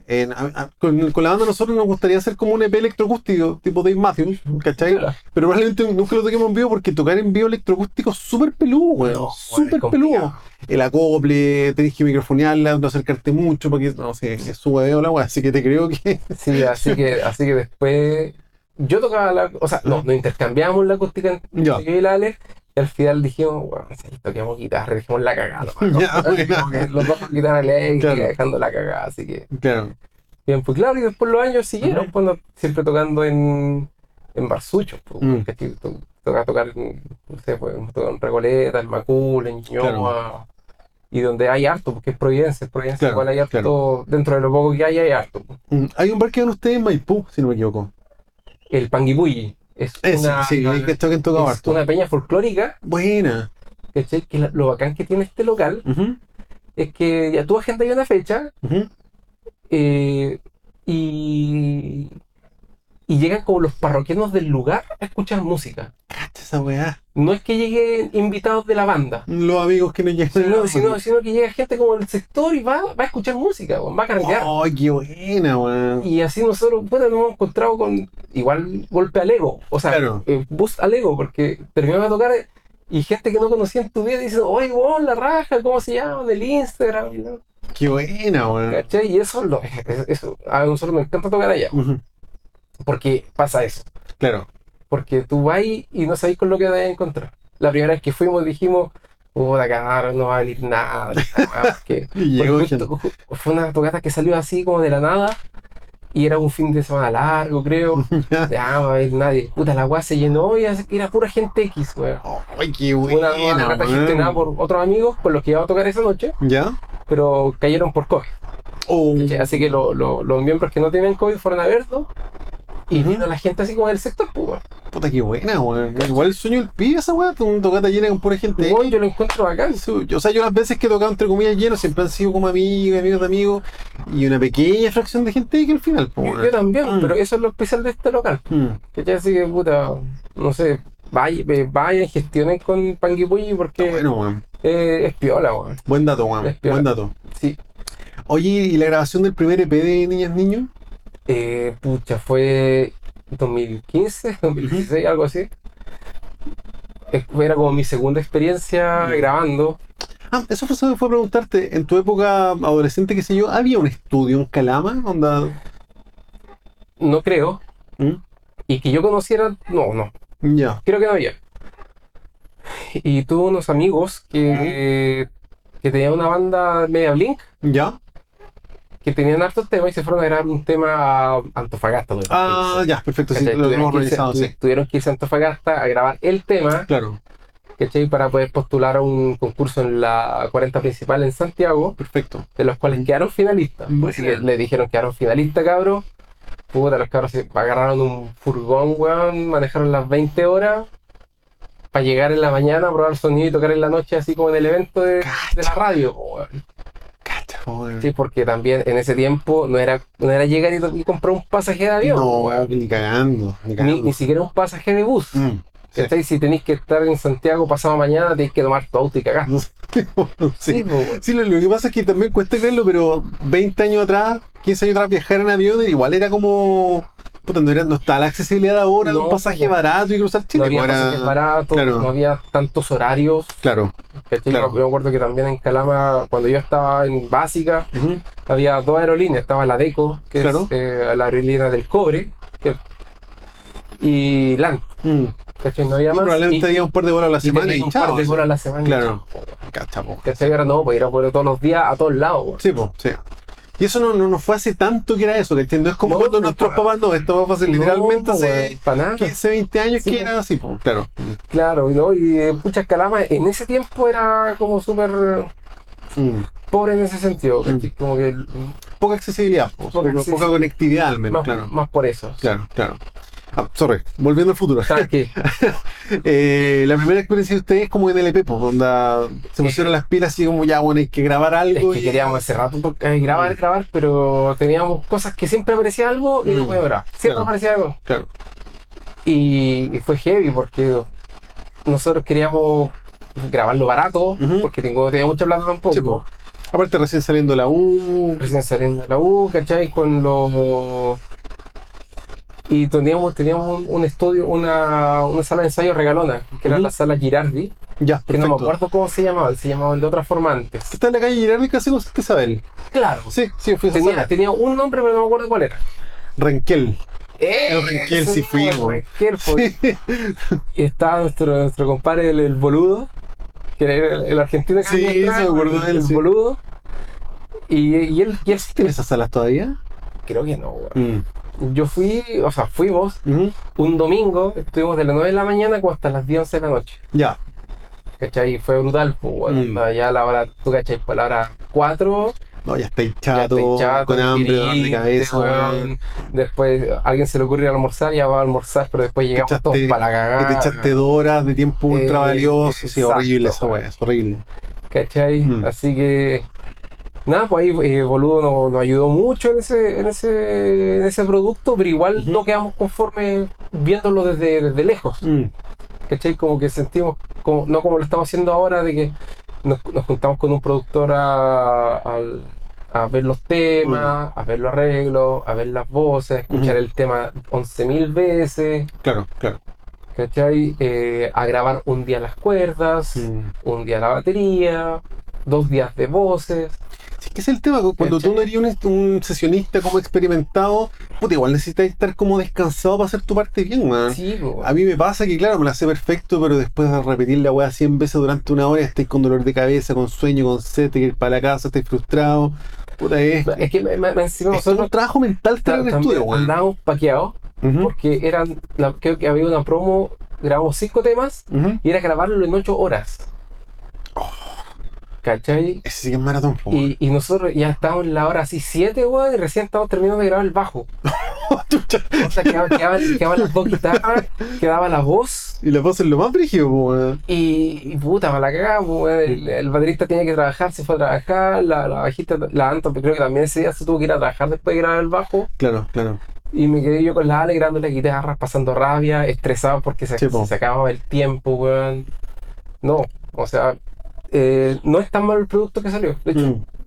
S1: en- a- a- con, con la banda nosotros nos gustaría hacer como un EP electroacústico, tipo Dave Matthews, ¿cachai?
S2: Claro.
S1: Pero probablemente nunca lo toquemos en vivo porque tocar en vivo electroacústico es súper peludo, weón.
S2: No,
S1: súper
S2: es complicado.
S1: peludo. El acople, tenés que microfonearla, no acercarte mucho para que, no sé, que suba de la weá. Así que te creo que.
S2: Sí, así que, así que después yo tocaba la, o sea, no, nos intercambiamos la acústica entre
S1: Ya.
S2: yo y la Ale, y al final dijimos, bueno, sí, toquemos guitarra, dijimos la cagada, ¿no?
S1: Ya,
S2: Como que
S1: buena.
S2: los dos con guitarra eléctrica,
S1: Claro.
S2: dejando la cagada, así que
S1: Claro.
S2: bien, pues claro, y después los años siguieron, pues, no- siempre tocando en, en barsuchos, pues,
S1: Mm.
S2: que sí, to- tocaba tocar, en, no sé, pues, hemos tocado en Recoleta, en Macul, en Ñuñoa,
S1: Claro.
S2: y donde hay harto, porque es Providencia, en Providencia
S1: Claro,
S2: igual hay harto, dentro de lo poco que hay, hay harto.
S1: Mm, Hay un bar que van ustedes en Maipú, si no me equivoco.
S2: El Panguipulli es
S1: Ese,
S2: una,
S1: sí, hay que tocar en tocado
S2: es
S1: harto.
S2: una peña folclórica,
S1: Buena.
S2: ¿cachai? Que la- lo bacán que tiene este local
S1: Ujú,
S2: es que ya tú agendas ahí una fecha
S1: ujú.
S2: eh, y, y llegan como los parroquianos del lugar a escuchar música.
S1: Cacha esa weá.
S2: No es que lleguen invitados de la banda,
S1: Los amigos que nos llegan.
S2: sino, sino- sino que llega gente como del sector y va, va a escuchar música, weón, va a carretear.
S1: ¡Ay, qué buena, weón!
S2: Y así nosotros, bueno, nos hemos encontrado con igual golpe al ego, o sea,
S1: Claro.
S2: eh, boost al ego, porque terminamos de tocar eh, y gente que no conocía en tu vida dice, oye, weón, la raja, ¿cómo se llama? Del Instagram, ¿no?
S1: ¡Qué buena, weón!
S2: ¿cachai? Y eso, lo, es- eso, a nosotros nos encanta tocar allá,
S1: Ujú,
S2: porque pasa eso,
S1: Claro.
S2: porque tú vas y no sabes con lo que te vas a encontrar. La primera vez que fuimos dijimos, puta, cabrón, no va a venir nada, porque
S1: Y
S2: Porque
S1: llegó gente.
S2: justo- ju- fue una tocata que salió así como de la nada y era un fin de semana largo, creo. Ya, no va a haber nadie. Puta, la weá se llenó y así que era pura gente X, weón.
S1: ¡Ay, qué
S2: Una
S1: buena,
S2: una tocata
S1: weón!
S2: gestionada por otros amigos con los que iba a tocar esa noche,
S1: ¿Ya?
S2: pero cayeron por COVID.
S1: Oh,
S2: ¿cachai? Así que lo- lo- los miembros que no tienen COVID fueron a verlo y vino la gente así como del sector, pues, weón.
S1: puta, qué buena, weón. Igual el sueño del pibe esa weá, pues, un tocata llena con pura gente.
S2: Weón, Yo lo encuentro bacán.
S1: Eso, yo- O sea, yo las veces que he tocado entre comillas lleno siempre han sido como amigos, amigos de amigos y una pequeña fracción de gente que al final, po,
S2: Yo, yo también,
S1: Mm.
S2: pero eso es lo especial de este local.
S1: Mm,
S2: ¿Cachai? Así que, puta, no sé, vayan, vayan gestionen con Panguipulli porque
S1: está Ah, Bueno, weón.
S2: eh, es piola, weón.
S1: Buen dato, weón.
S2: Es piola.
S1: Buen dato.
S2: Sí.
S1: Oye, ¿y la grabación del primer EP de Niñas Niños?
S2: Eh, pucha, fue 2015, 2016, algo así. Es- Era como mi segunda experiencia
S1: Ya.
S2: grabando.
S1: Ah, eso fue, eso fue preguntarte, en tu época adolescente, qué sé yo, ¿había un estudio en Calama? Onda...
S2: No creo.
S1: ¿Mm?
S2: Y que yo conociera, no, no,
S1: Ya.
S2: creo que no había. Y tuve unos amigos que,
S1: Mm.
S2: que tenían una banda media blink,
S1: ¿Ya?
S2: que tenían hartos temas y se fueron a grabar un tema a Antofagasta. ¿no?
S1: Ah, ya, perfecto, sí,
S2: ¿Cachai?
S1: lo
S2: Este, Tuvieron
S1: hemos
S2: que irse-
S1: realizado,
S2: tu- ¿Ah?
S1: sí.
S2: Tuvieron que irse a Antofagasta a grabar el tema,
S1: Claro,
S2: ¿cachai? Para poder postular a un concurso en la 40 principal en Santiago,
S1: perfecto.
S2: de los
S1: Mm.
S2: cuales quedaron finalistas. Pues,
S1: Buena.
S2: le, le dijeron quedaron finalistas, cabros. Puta, los cabros se agarraron un furgón, weón, manejaron las 20 horas para llegar en la Eh, mañana, probar sonido y tocar en la noche, así como en el evento de, de la radio, po, weón.
S1: Cacha, favor.
S2: Sí, porque también en ese tiempo no era, no era llegar y, y comprar un pasaje de avión.
S1: no, weón, ni cagando. Ni
S2: ni,
S1: cagando.
S2: ni siquiera un pasaje de bus.
S1: Mm, sí.
S2: ¿Cachai? Si tenéis que estar en Santiago pasado mañana, tenéis que tomar tu auto y cagar.
S1: Sí.
S2: Sí, pues, weón.
S1: Sí, lo, lo que pasa es que también cuesta creerlo, pero 20 años atrás, 15 años atrás, viajar en avión igual era como. Puta, no, era, no está la accesibilidad ahora,
S2: No,
S1: un pasaje
S2: po.
S1: barato y cruzar Chile. pues,
S2: no había
S1: ahora-
S2: pasajes baratos,
S1: claro.
S2: no había tantos horarios.
S1: Claro.
S2: ¿cachai?
S1: Claro.
S2: Yo me acuerdo que también en Calama, cuando yo estaba en básica,
S1: Ujú.
S2: había dos aerolíneas, estaba la DECO, que
S1: Claro.
S2: es eh, la aerolínea del cobre, que- y LAN,
S1: Mm.
S2: ¿cachai? No había
S1: Y
S2: más.
S1: probablemente
S2: y,
S1: había un par de horas a la
S2: y
S1: semana
S2: tenía
S1: y
S2: un
S1: chao.
S2: par de horas a la semana. y
S1: Claro.
S2: chao, weón.
S1: Cacha, po.
S2: ¿Cachai? Ahora no, pues ir a por todos los días a todos lados, weón.
S1: Sí, po, sí. Y eso no, no, no fue hace tanto que era eso, que entiendo. Es como
S2: No,
S1: cuando
S2: no,
S1: nuestros
S2: pa-
S1: papás no, esto va a pasar literalmente
S2: No,
S1: hace
S2: weón, pa' nada.
S1: 15, 20 años
S2: Sí,
S1: que
S2: po.
S1: era así, po. Claro.
S2: Claro, ¿no? Y eh, pucha Calama en ese tiempo era como súper eh,
S1: Mm.
S2: pobre en ese sentido, ¿cachai? como que mm,
S1: Poca accesibilidad, po.
S2: Poca
S1: Poca,
S2: accesibilidad.
S1: conectividad al menos,
S2: más,
S1: claro.
S2: más por eso.
S1: Claro, claro. Ah, sorry, volviendo al futuro.
S2: Tranqui.
S1: Eh, la primera experiencia de ustedes es como en el EP, pues, donde se pusieron las pilas y como ya, bueno, hay que grabar
S2: es
S1: algo.
S2: que
S1: y-
S2: queríamos hace rato to- eh,
S1: Mm.
S2: grabar, grabar, pero teníamos cosas que siempre aparecía algo y no
S1: Mm.
S2: podíamos grabar. Siempre
S1: Claro.
S2: aparecía algo.
S1: Claro.
S2: Y, y fue heavy porque nosotros queríamos grabarlo barato,
S1: Ujú.
S2: porque tengo, tenía mucha plata tampoco.
S1: Sí, po. Aparte, recién saliendo la U.
S2: Recién saliendo de la U, ¿cachai? Con los... Y teníamos, teníamos un, un estudio, una, una sala de ensayo regalona, que era
S1: Ujú.
S2: la sala Girardi, que
S1: Ya,
S2: no
S1: perfecto.
S2: me acuerdo cómo se llamaba, se llamaba de otra forma
S1: Que
S2: antes.
S1: está en la calle Girardi casi con Santa Isabel.
S2: Claro.
S1: Sí, sí, fui a esa
S2: Tenía,
S1: sala.
S2: tenía un nombre, pero no me acuerdo cuál era.
S1: Renquel. Eh,
S2: El
S1: Renquel sí fuimos.
S2: Renquel, pues. Y estaba nuestro, nuestro compadre, el, el boludo, que era el, el argentino que
S1: Sí,
S2: había entrado,
S1: se me acordó de él,
S2: el
S1: sí.
S2: boludo. Y, y él, y él sí tiene-
S1: ¿Tienes esas salas todavía?
S2: Creo que no, weón.
S1: Mm.
S2: Yo fui, o sea, fuimos
S1: Ujú.
S2: un domingo, estuvimos de las 9 de la mañana como hasta las 10, 11 de la noche.
S1: Ya.
S2: ¿Cachai? Y Fue brutal, pues, weón.
S1: Mm.
S2: Ya la hora, tú cachai, pues la hora 4,
S1: No, ya estáis
S2: ya
S1: chato,
S2: estoy chato,
S1: con hambre, dolor de
S2: irte,
S1: cabeza.
S2: weón. Después a alguien se le ocurre ir a almorzar, ya va a almorzar, pero después llegamos
S1: echaste-
S2: todos para la
S1: Que
S2: cagada.
S1: te echaste dos horas de tiempo
S2: Ah, Eh,
S1: ultra valioso. Sí,
S2: exacto,
S1: horrible esa
S2: weón.
S1: weá, es horrible.
S2: ¿Cachai?
S1: Mm.
S2: Así que. Nada, pues ahí eh, Boludo nos, nos ayudó mucho en ese, en ese, en ese producto, pero igual
S1: Ujú.
S2: no quedamos conformes viéndolo desde, desde lejos.
S1: Mm.
S2: ¿Cachai? Como que sentimos, como, no como lo estamos haciendo ahora, de que nos, nos juntamos con un productor a, al- a ver los temas, a ver los arreglos, a ver las voces, a escuchar
S1: Mm. Ujú.
S2: el tema 11.000 veces,
S1: Claro, claro.
S2: ¿cachai? Eh, a grabar un día las cuerdas,
S1: Mm.
S2: un día la batería, dos días de voces.
S1: Sí, que es el tema, cu- cuando
S2: ¿Cachai?
S1: tú no eres un, un sesionista como experimentado, puta, igual necesitas estar como descansado para hacer tu parte bien, man.
S2: Sí, po.
S1: Ah. A mí me pasa que, claro, me la sé perfecto, pero después de repetir la weá 100 veces durante una hora, estáis con dolor de cabeza, con sueño, con sed, te ir para la casa, estáis frustrado. Puta, es, es
S2: es que me- me- me- encima
S1: todo un
S2: nosotros
S1: trabajo mental estar en el
S2: ta-
S1: estudio,
S2: también
S1: weón.
S2: andábamos paqueados
S1: Ujú,
S2: porque eran, la- creo que había una promo, grabamos cinco temas
S1: ujú.
S2: y era grabarlo en ocho horas. ¿Cachai?
S1: Ese sí que es maratón, po, weón.
S2: Y, y nosotros ya estábamos en la hora así siete, weón, y recién estábamos terminando de grabar el bajo.
S1: Chucha.
S2: O sea, quedaban, quedaban- quedaban las dos guitarras, quedaba la voz.
S1: Y la voz es lo más brígido, po, weón.
S2: Y, y puta, para la cagada, po, weón. el, el baterista tenía que trabajar, se fue a trabajar, la, la bajista, la Anto, creo que también ese día se tuvo que ir a trabajar después de grabar el bajo.
S1: Claro, claro.
S2: Y me quedé yo con la Ale grabando las guitarras, pasando rabia, estresado porque se,
S1: Sí, po.
S2: se acababa el tiempo, weón. No, o sea, eh, no es tan malo el producto que salió. De hecho,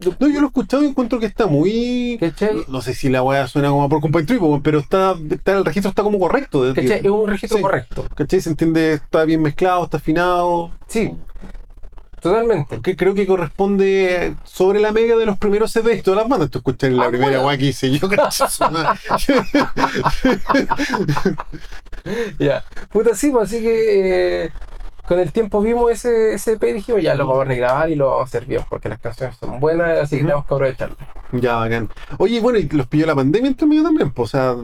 S1: Mm. No, yo lo he escuchado y encuentro que está muy...
S2: ¿cachai?
S1: No sé si la weá suena como por Compact Trip, weón, pero está, está- el registro está como correcto. de-
S2: ¿Cachai? Es un registro
S1: Sí.
S2: correcto.
S1: ¿Cachai? Se entiende, está bien mezclado, está afinado.
S2: Sí,
S1: Mm.
S2: totalmente.
S1: Que creo que corresponde sobre la mega de los primeros CDs de todas las bandas. Tú escuchas la
S2: Ah,
S1: primera
S2: bueno.
S1: weá que hice yo, cacho, su madre.
S2: Ya. Puta, sí, pues así que eh, con el tiempo vimos ese, ese EP y dijimos, ya lo vamos a regrabar y lo vamos a hacer bien porque las canciones son buenas, así que
S1: Ujú.
S2: tenemos que aprovecharlo.
S1: ya, bacán. Oye, bueno, y los pilló la pandemia entre medio también, pues, o sea.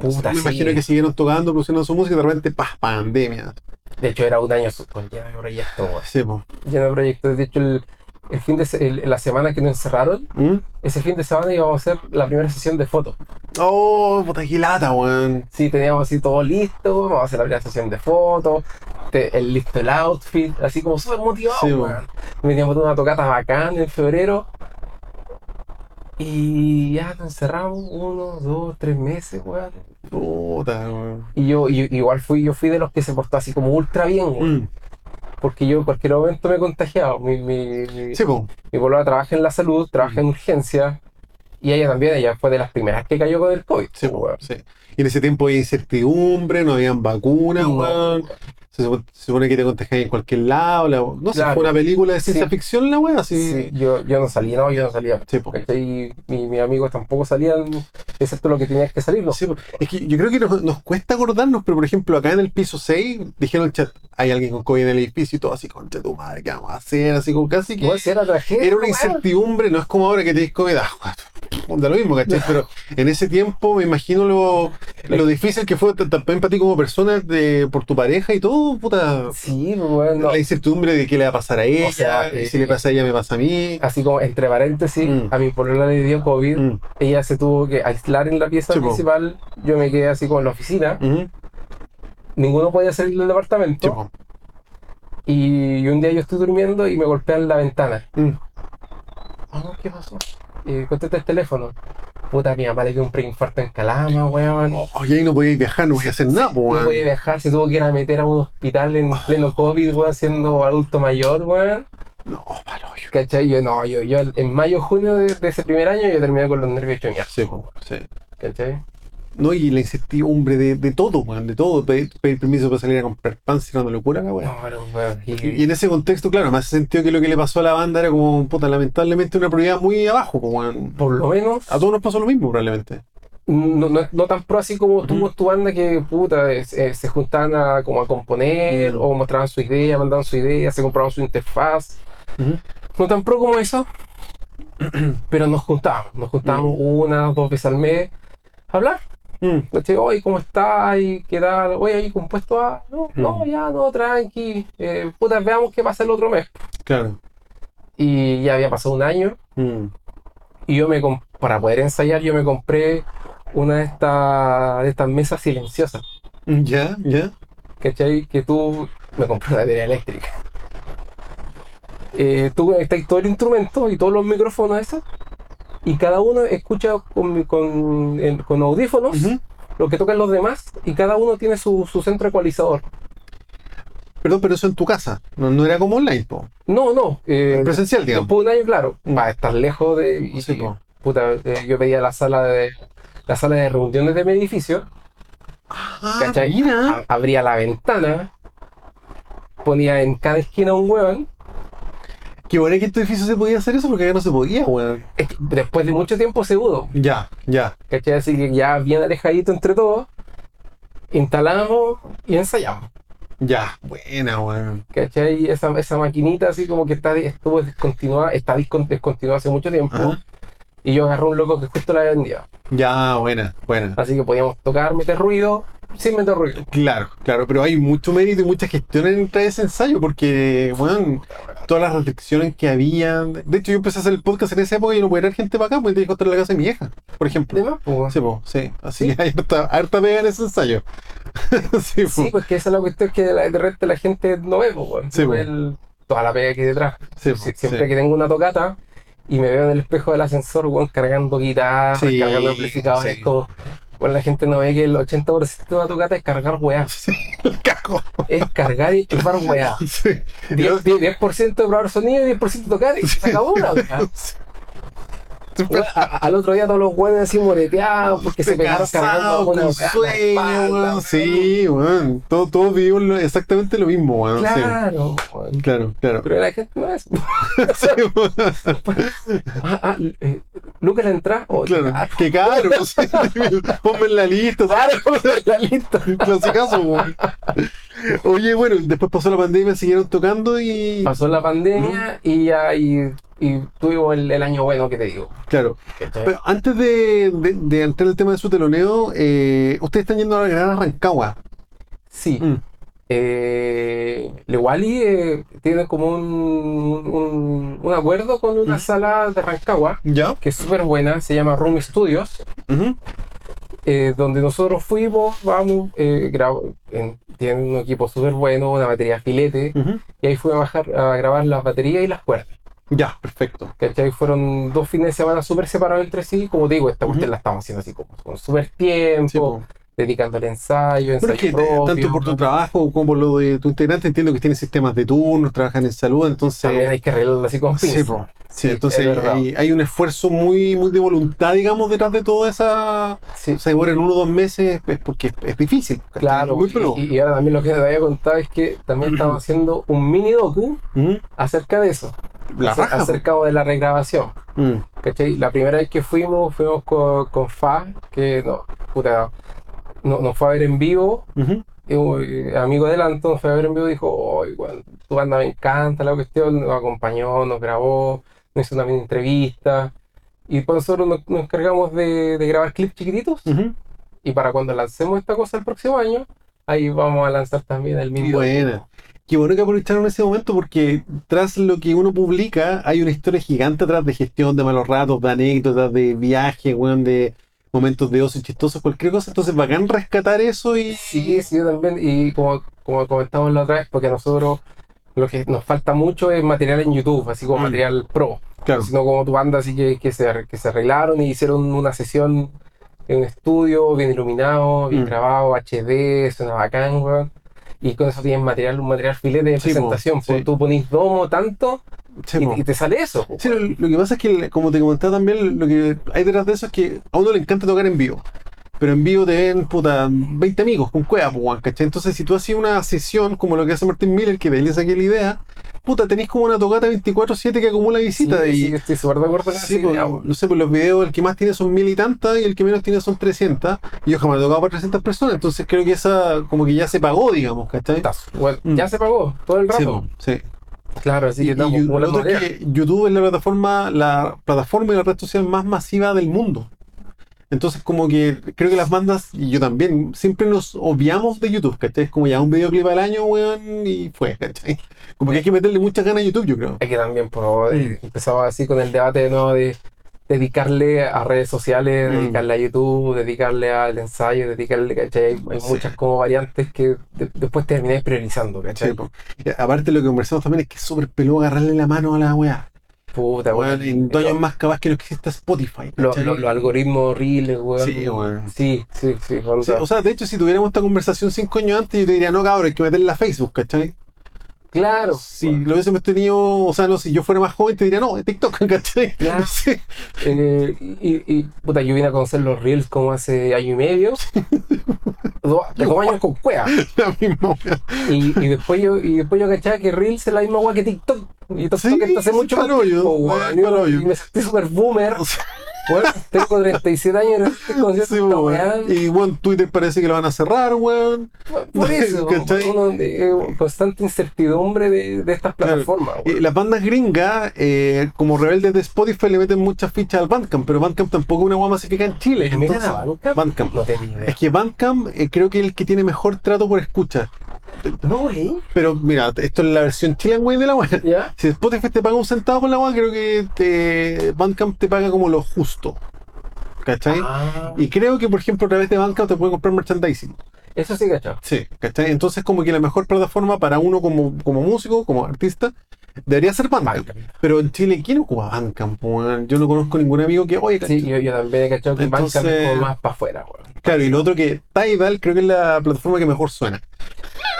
S2: Puta,
S1: me
S2: sí.
S1: imagino que siguieron tocando, produciendo su música y de repente, pa, pandemia.
S2: De hecho, era un año pues, su- con lleno de proyectos, weón.
S1: Sí, po.
S2: Lleno de proyectos. De hecho, el, el fin de se- el- la semana que nos encerraron,
S1: ¿Mm?
S2: ese fin de semana íbamos a hacer la primera sesión de fotos.
S1: Oh, puta, qué lata, weón.
S2: Sí, teníamos así todo listo, vamos a hacer la primera sesión de fotos, te- el listo el outfit, así como súper motivado,
S1: Sí,
S2: weón.
S1: weón.
S2: Veníamos de una tocata bacán en febrero Y ya nos encerramos uno, dos, tres meses, weón.
S1: Puta, weón.
S2: Y yo y- igual fui, yo fui de los que se portó así como ultra bien, weón.
S1: Mm.
S2: Porque yo en cualquier momento me contagiaba. Mi, mi, mi,
S1: Sí, po.
S2: mi polola trabaja en la salud, trabaja en urgencia. Y ella también, ella fue de las primeras que cayó con el COVID. pues,
S1: Sí, po,
S2: weón.
S1: sí. Y en ese tiempo había incertidumbre, no habían vacunas,
S2: No.
S1: weón. Se supo- se supone que te contagias en cualquier lado. la- no sé,
S2: Claro.
S1: fue una película de ciencia
S2: Sí.
S1: ficción la weá, así.
S2: Sí, yo, yo no salía, no, yo no salía.
S1: Sí, po.
S2: ¿cachai? Y mi- mis amigos tampoco salían, excepto lo que tenían que salir. pues.
S1: Sí,
S2: ¿no?
S1: po. es que yo creo que nos, nos cuesta acordarnos, pero por ejemplo, acá en el piso 6 dijeron el chat, hay alguien con COVID en el edificio y todo así, concha tu madre, ¿qué vamos a hacer? Así como casi que.
S2: Igual si era tragedia. pues,
S1: Era una
S2: weón.
S1: incertidumbre, no es como ahora que te COVID, ah, onda lo mismo, ¿cachai? Pero en ese tiempo me imagino lo, lo difícil que fue t- también para ti como persona, de, por tu pareja y todo, puta.
S2: Sí, pues, weón. no.
S1: La incertidumbre de qué le va a pasar a ella,
S2: sea,
S1: y
S2: eh,
S1: si le pasa a ella, me pasa a mí.
S2: Así como entre paréntesis,
S1: Mm.
S2: a mi polola le dio COVID.
S1: Mm,
S2: Ella se tuvo que aislar en la pieza
S1: Sí, po.
S2: principal. Yo me quedé así como en la oficina.
S1: mm,
S2: Ninguno podía salir del
S1: sí,
S2: departamento.
S1: po.
S2: Y un día yo estoy durmiendo y me golpean la ventana.
S1: Mm.
S2: Ah, no, ¿Qué pasó? Eh, contesta el teléfono. Puta, mi mamá le dio un preinfarto en Calama, weón.
S1: Oh, y ahí no podía viajar, no podía hacer nada, po,
S2: No
S1: weón.
S2: podía viajar, se tuvo que ir a meter a un hospital en pleno COVID, weón, siendo adulto mayor, weón.
S1: No, palo, yo-
S2: ¿Cachai? Yo no, yo, yo en mayo, junio de, de ese primer año yo terminé con los nervios choñados,
S1: Sí, po, sí.
S2: ¿cachai?
S1: No, y la incertidumbre de, de todo, weón, de todo. Pedir, pedir permiso para salir a comprar pan, si no, una locura, la weá.
S2: No, pero, weón,
S1: Y
S2: y-
S1: en ese contexto, claro, me hace sentido que lo que le pasó a la banda era como, puta, lamentablemente una prioridad muy abajo. Como en-
S2: por lo menos,
S1: a todos nos pasó lo mismo, probablemente.
S2: no, no- no tan pro así como tuvo
S1: Ujú.
S2: tu banda que, puta, es- eh, se juntaban a, como a componer,
S1: Mm.
S2: o mostraban su idea, mandaban su idea, se compraban su interfaz. No tan pro como eso, pero nos juntábamos, nos juntábamos una, dos veces al mes a hablar.
S1: Mm.
S2: ¿cachai? Oye, ¿cómo estás? ¿Y ¿Qué tal? Oye, ¿y compuesto A? No, no,
S1: Mm.
S2: ya, no, tranqui. Eh, puta, veamos qué pasa el otro mes.
S1: Claro.
S2: Y ya había pasado un año
S1: Mm.
S2: y yo me, com- para poder ensayar, yo me compré una de, estas de estas mesas silenciosas,
S1: Mm. Ya, ya.
S2: ¿cachai? Que tú, me compré una batería eléctrica. Eh, tú conectas todo el instrumento y todos los micrófonos esos y cada uno escucha con, con, en- con audífonos
S1: Ujú.
S2: lo que tocan los demás y cada uno tiene su, su centro ecualizador.
S1: Perdón, pero eso en tu casa. No, no era como online, po.
S2: No, no. Eh,
S1: Presencial, digamos.
S2: después de un año, claro, va a estar lejos de. y-
S1: Sí, po.
S2: puta, eh, yo pedía la sala de la sala de reuniones de mi edificio,
S1: Ah,
S2: ¿Cachai?
S1: mira.
S2: a- abría la ventana, ponía en cada esquina un hueón.
S1: Qué bueno que en tu edificio se podía hacer eso porque acá no se podía, weón.
S2: Es que Después de mucho tiempo se pudo,
S1: Ya, ya.
S2: ¿cachai? Así que ya bien alejadito entre todos, instalamos y ensayamos,
S1: Ya. Buena, weón.
S2: ¿cachai? Esa, esa maquinita así como que está, de- estuvo descontinuada, está discon- descontinuada hace mucho tiempo.
S1: Ajá.
S2: Y yo agarré un loco que justo la vendía.
S1: Ah, Ya, buena, buena.
S2: Así que podíamos tocar, meter ruido, sin meter ruido.
S1: Claro, claro, pero hay mucho mérito y mucha gestión en ese ensayo porque, bueno, todas las restricciones que había. De hecho, yo empecé a hacer el podcast en esa época y no podía traer gente para acá porque tenía que estar en la casa de mi hija, por ejemplo.
S2: De más, pues.
S1: Sí, po, sí. Así que hay harta, harta pega en ese ensayo. sí, po.
S2: Sí, pues que esa es la cuestión que la, de repente la gente no ve, pues, weón.
S1: Sí,
S2: No
S1: po.
S2: ve el- toda la pega que hay detrás.
S1: sí, po,
S2: Sie-
S1: sí.
S2: pues, Siempre que tengo una tocata y me veo en el espejo del ascensor, weón, cargando guitarras,
S1: Sí,
S2: cargando amplificadores,
S1: sí.
S2: como. Bueno, la gente no ve que el 80% de la tocata es cargar weá.
S1: El caco.
S2: Es cargar y chupar weá.
S1: Sí.
S2: 10%, 10 de probar sonido y 10% tocar y se acabó la weá.
S1: Sí.
S2: Weón, a- Al otro día todos los weones así moreteados porque se pegaron cargando
S1: Cansado,
S2: con
S1: con sueño, weón. Sí, weón. Todos todo vivimos lo- exactamente lo mismo, weón. sí.
S2: Claro, weón.
S1: Claro, claro.
S2: Pero la gente no es.
S1: Sí, weón.
S2: Ah, ah, eh, Lucas la entrada. Oh,
S1: Claro, qué caro. pues, sí. Ponme en la lista. ¿sabes?
S2: claro, la lista.
S1: Un clasicazo, weón. Oye, bueno, después pasó la pandemia, siguieron tocando y.
S2: Pasó la pandemia y ya y, y tuvimos el, el año bueno que te digo.
S1: Claro.
S2: ¿cachai?
S1: Pero antes de, de, de entrar al tema de su teloneo, eh, ustedes están yendo a la Gran Rancagua.
S2: sí.
S1: Mm.
S2: Eh, Lewali eh, tiene como un, un, un acuerdo con una
S1: Mm.
S2: sala de Rancagua
S1: ¿Ya?
S2: que es súper buena, se llama Room Studios,
S1: Ujú.
S2: eh, donde nosotros fuimos, vamos, eh, grabo- en- tienen un equipo súper bueno, una batería filete,
S1: Ujú.
S2: y ahí fui a, bajar, a grabar las baterías y las cuerdas.
S1: Ya, perfecto.
S2: ¿Cachai? Fueron dos fines de semana súper separados entre sí. Como te digo, esta
S1: Ujú.
S2: cuestión la estamos haciendo así como con súper tiempo,
S1: Sí, po.
S2: dedicándole ensayo, ensayo
S1: Pero es que te-
S2: propio.
S1: tanto por tu trabajo como por lo de tu integrante, entiendo que tienen sistemas de turnos, trabajan en salud,
S2: También
S1: entonces.
S2: hay que arreglarlo así con
S1: Sí,
S2: pinzas.
S1: po. Sí,
S2: Sí,
S1: entonces
S2: es verdad.
S1: hay, hay un esfuerzo muy, muy de voluntad, digamos, detrás de toda esa.
S2: Sí,
S1: O sea, demoran uno o dos meses, es porque es, es difícil. ¿cachai?
S2: claro.
S1: Muy peludo.
S2: Y, y ahora también lo que te había contado es que también estamos haciendo un mini docu
S1: Ujú.
S2: acerca de eso,
S1: ¿Mm? La
S2: acer-
S1: raja.
S2: acerca de la regrabación.
S1: po. Mm.
S2: ¿Cachai? La primera vez que fuimos, fuimos con, con Fa, que no, puta, no, nos fue a ver en vivo.
S1: Ujú.
S2: y, uy, amigo de Anton nos fue a ver en vivo y dijo: "Ay, weón, tu banda me encanta la cuestión. Nos acompañó, nos grabó, nos hizo una mini entrevista. Y pues nosotros nos, nos encargamos de, de grabar clips chiquititos.
S1: Ujú.
S2: Y para cuando lancemos esta cosa el próximo año, ahí vamos a lanzar también el mini
S1: Buena. Qué bueno que aprovecharon ese momento porque tras lo que uno publica hay una historia gigante atrás de gestión de malos ratos, de anécdotas, de viajes, weón, de momentos de ocio chistosos, cualquier cosa. Entonces, bacán rescatar eso y...
S2: Sí, sí, yo también. Y como, como comentamos la otra vez, porque a nosotros lo que nos falta mucho es material en YouTube, así como
S1: Mm.
S2: material pro,
S1: Claro.
S2: sino como tu banda, así que, que, se, ar- que se arreglaron y hicieron una sesión en un estudio bien iluminado, bien
S1: Mm.
S2: grabado, HD, suena bacán, weón. Y con eso tienes material, un material filete de
S1: Sí, po,
S2: presentación. po.
S1: sí.
S2: Tú ponís domo tanto
S1: Sí,
S2: y,
S1: po.
S2: y te sale eso. po,
S1: Sí, lo,
S2: weón.
S1: lo que pasa es que, como te comentaba también, lo que hay detrás de eso es que a uno le encanta tocar en vivo. Pero en vivo te ven, puta, 20 amigos con cueva, pues, weón, ¿cachai? Entonces, si tú haces una sesión como lo que hace Martín Miller, que de él le saqué la idea, puta, tenés como una tocata 24-7 que acumula visitas.
S2: Sí,
S1: y,
S2: sí, estoy súper de acuerdo con esa
S1: Sí, pues,
S2: idea, weón.
S1: no sé, pues los videos, el que más tiene son mil y tantas y el que menos tiene son 300. Y yo jamás he tocado para 300 personas, entonces creo que esa como que ya se pagó, digamos, ¿cachai?
S2: Tazo. Weón,
S1: Mm.
S2: Ya se pagó todo el rato.
S1: Sí, pues, sí.
S2: Claro, así
S1: Y-
S2: que
S1: y
S2: estamos
S1: yo- lo
S2: acumulando
S1: otro es
S2: material.
S1: que YouTube es la plataforma, la plataforma y la red social más masiva del mundo. Entonces, como que creo que las bandas, y yo también, siempre nos obviamos de YouTube, ¿cachai? Es como ya un videoclip al año, weón, y fue, ¿cachai? Como que hay que meterle muchas ganas a YouTube, yo creo.
S2: Es que también por,
S1: Mm.
S2: empezaba así con el debate de nuevo de dedicarle a redes sociales,
S1: Mm.
S2: dedicarle a YouTube, dedicarle al ensayo, dedicarle, ¿cachai? Hay, hay
S1: Sí.
S2: muchas como variantes que de- después termináis priorizando, ¿cachai?
S1: Sí, po. Y Aparte, lo que conversamos también es que es súper peludo agarrarle la mano a la weá.
S2: Puta,
S1: Weón,
S2: weón.
S1: en dos
S2: Lo-
S1: años más capaz que lo que existe Spotify.
S2: Los
S1: ¿cachai?
S2: los- los algoritmos horribles, weón.
S1: Sí, weón.
S2: Sí, sí, sí, weón.
S1: Sí, o sea, de hecho, si tuviéramos esta conversación cinco años antes, yo te diría, no, cabrón, hay que meterla a Facebook, ¿cachai?
S2: Claro.
S1: Si
S2: weón.
S1: lo hubiésemos tenido, o sea, no, si yo fuera más joven, te diría, no, TikTok, ¿cachai?
S2: Claro.
S1: Sí.
S2: Eh, y, y, puta, yo vine a conocer los Reels como hace año y medio. Dos, como años con cueva.
S1: la misma weá.
S2: Y, y después yo, y después yo cachaba que Reels es la misma weá que TikTok. Y TikTok
S1: Sí,
S2: está hace
S1: sí,
S2: mucho
S1: pa'l hoyo,
S2: tiempo,
S1: weón,
S2: weón. Y
S1: pa'l hoyo.
S2: Y me sentí super boomer.
S1: O sea,
S2: Weón, tengo 37 años y recién conocí
S1: sí,
S2: esta weá.
S1: weón. Y bueno, Twitter parece que lo van a cerrar, weón.
S2: Por eso,
S1: ¿Cachai?
S2: uno de- eh, constante incertidumbre de, de estas
S1: Claro.
S2: plataformas.
S1: Y
S2: weón.
S1: las bandas gringas, eh, como rebeldes de Spotify, le meten muchas fichas al Bandcamp, pero Bandcamp tampoco es una guama masificada en Chile.
S2: ¿Le meten
S1: entonces-
S2: a Bandcamp?
S1: Bandcamp.
S2: No tenía
S1: Es
S2: idea.
S1: que Bandcamp eh, creo que es el que tiene mejor trato por escucha.
S2: No, ¿eh?
S1: Pero mira, esto es la versión chilean, güey, de la web.
S2: ¿Ya?
S1: Si Spotify te paga un centavo por la web, creo que te, Bandcamp te paga como lo justo. ¿Cachai?
S2: Ah,
S1: Y creo que, por ejemplo, a través de Bandcamp te pueden comprar merchandising.
S2: eso sí, cachado.
S1: Sí, ¿cachai? Entonces, como que la mejor plataforma para uno como, como músico, como artista, debería ser Bandcamp. Pero en Chile, ¿quién ocupa Bandcamp? weón? Yo no conozco ningún amigo que, oye,
S2: Sí, yo, yo también he cachado que
S1: Entonces-
S2: Bandcamp es como más para afuera, weón.
S1: claro, y lo otro que Tidal creo que es la plataforma que mejor suena.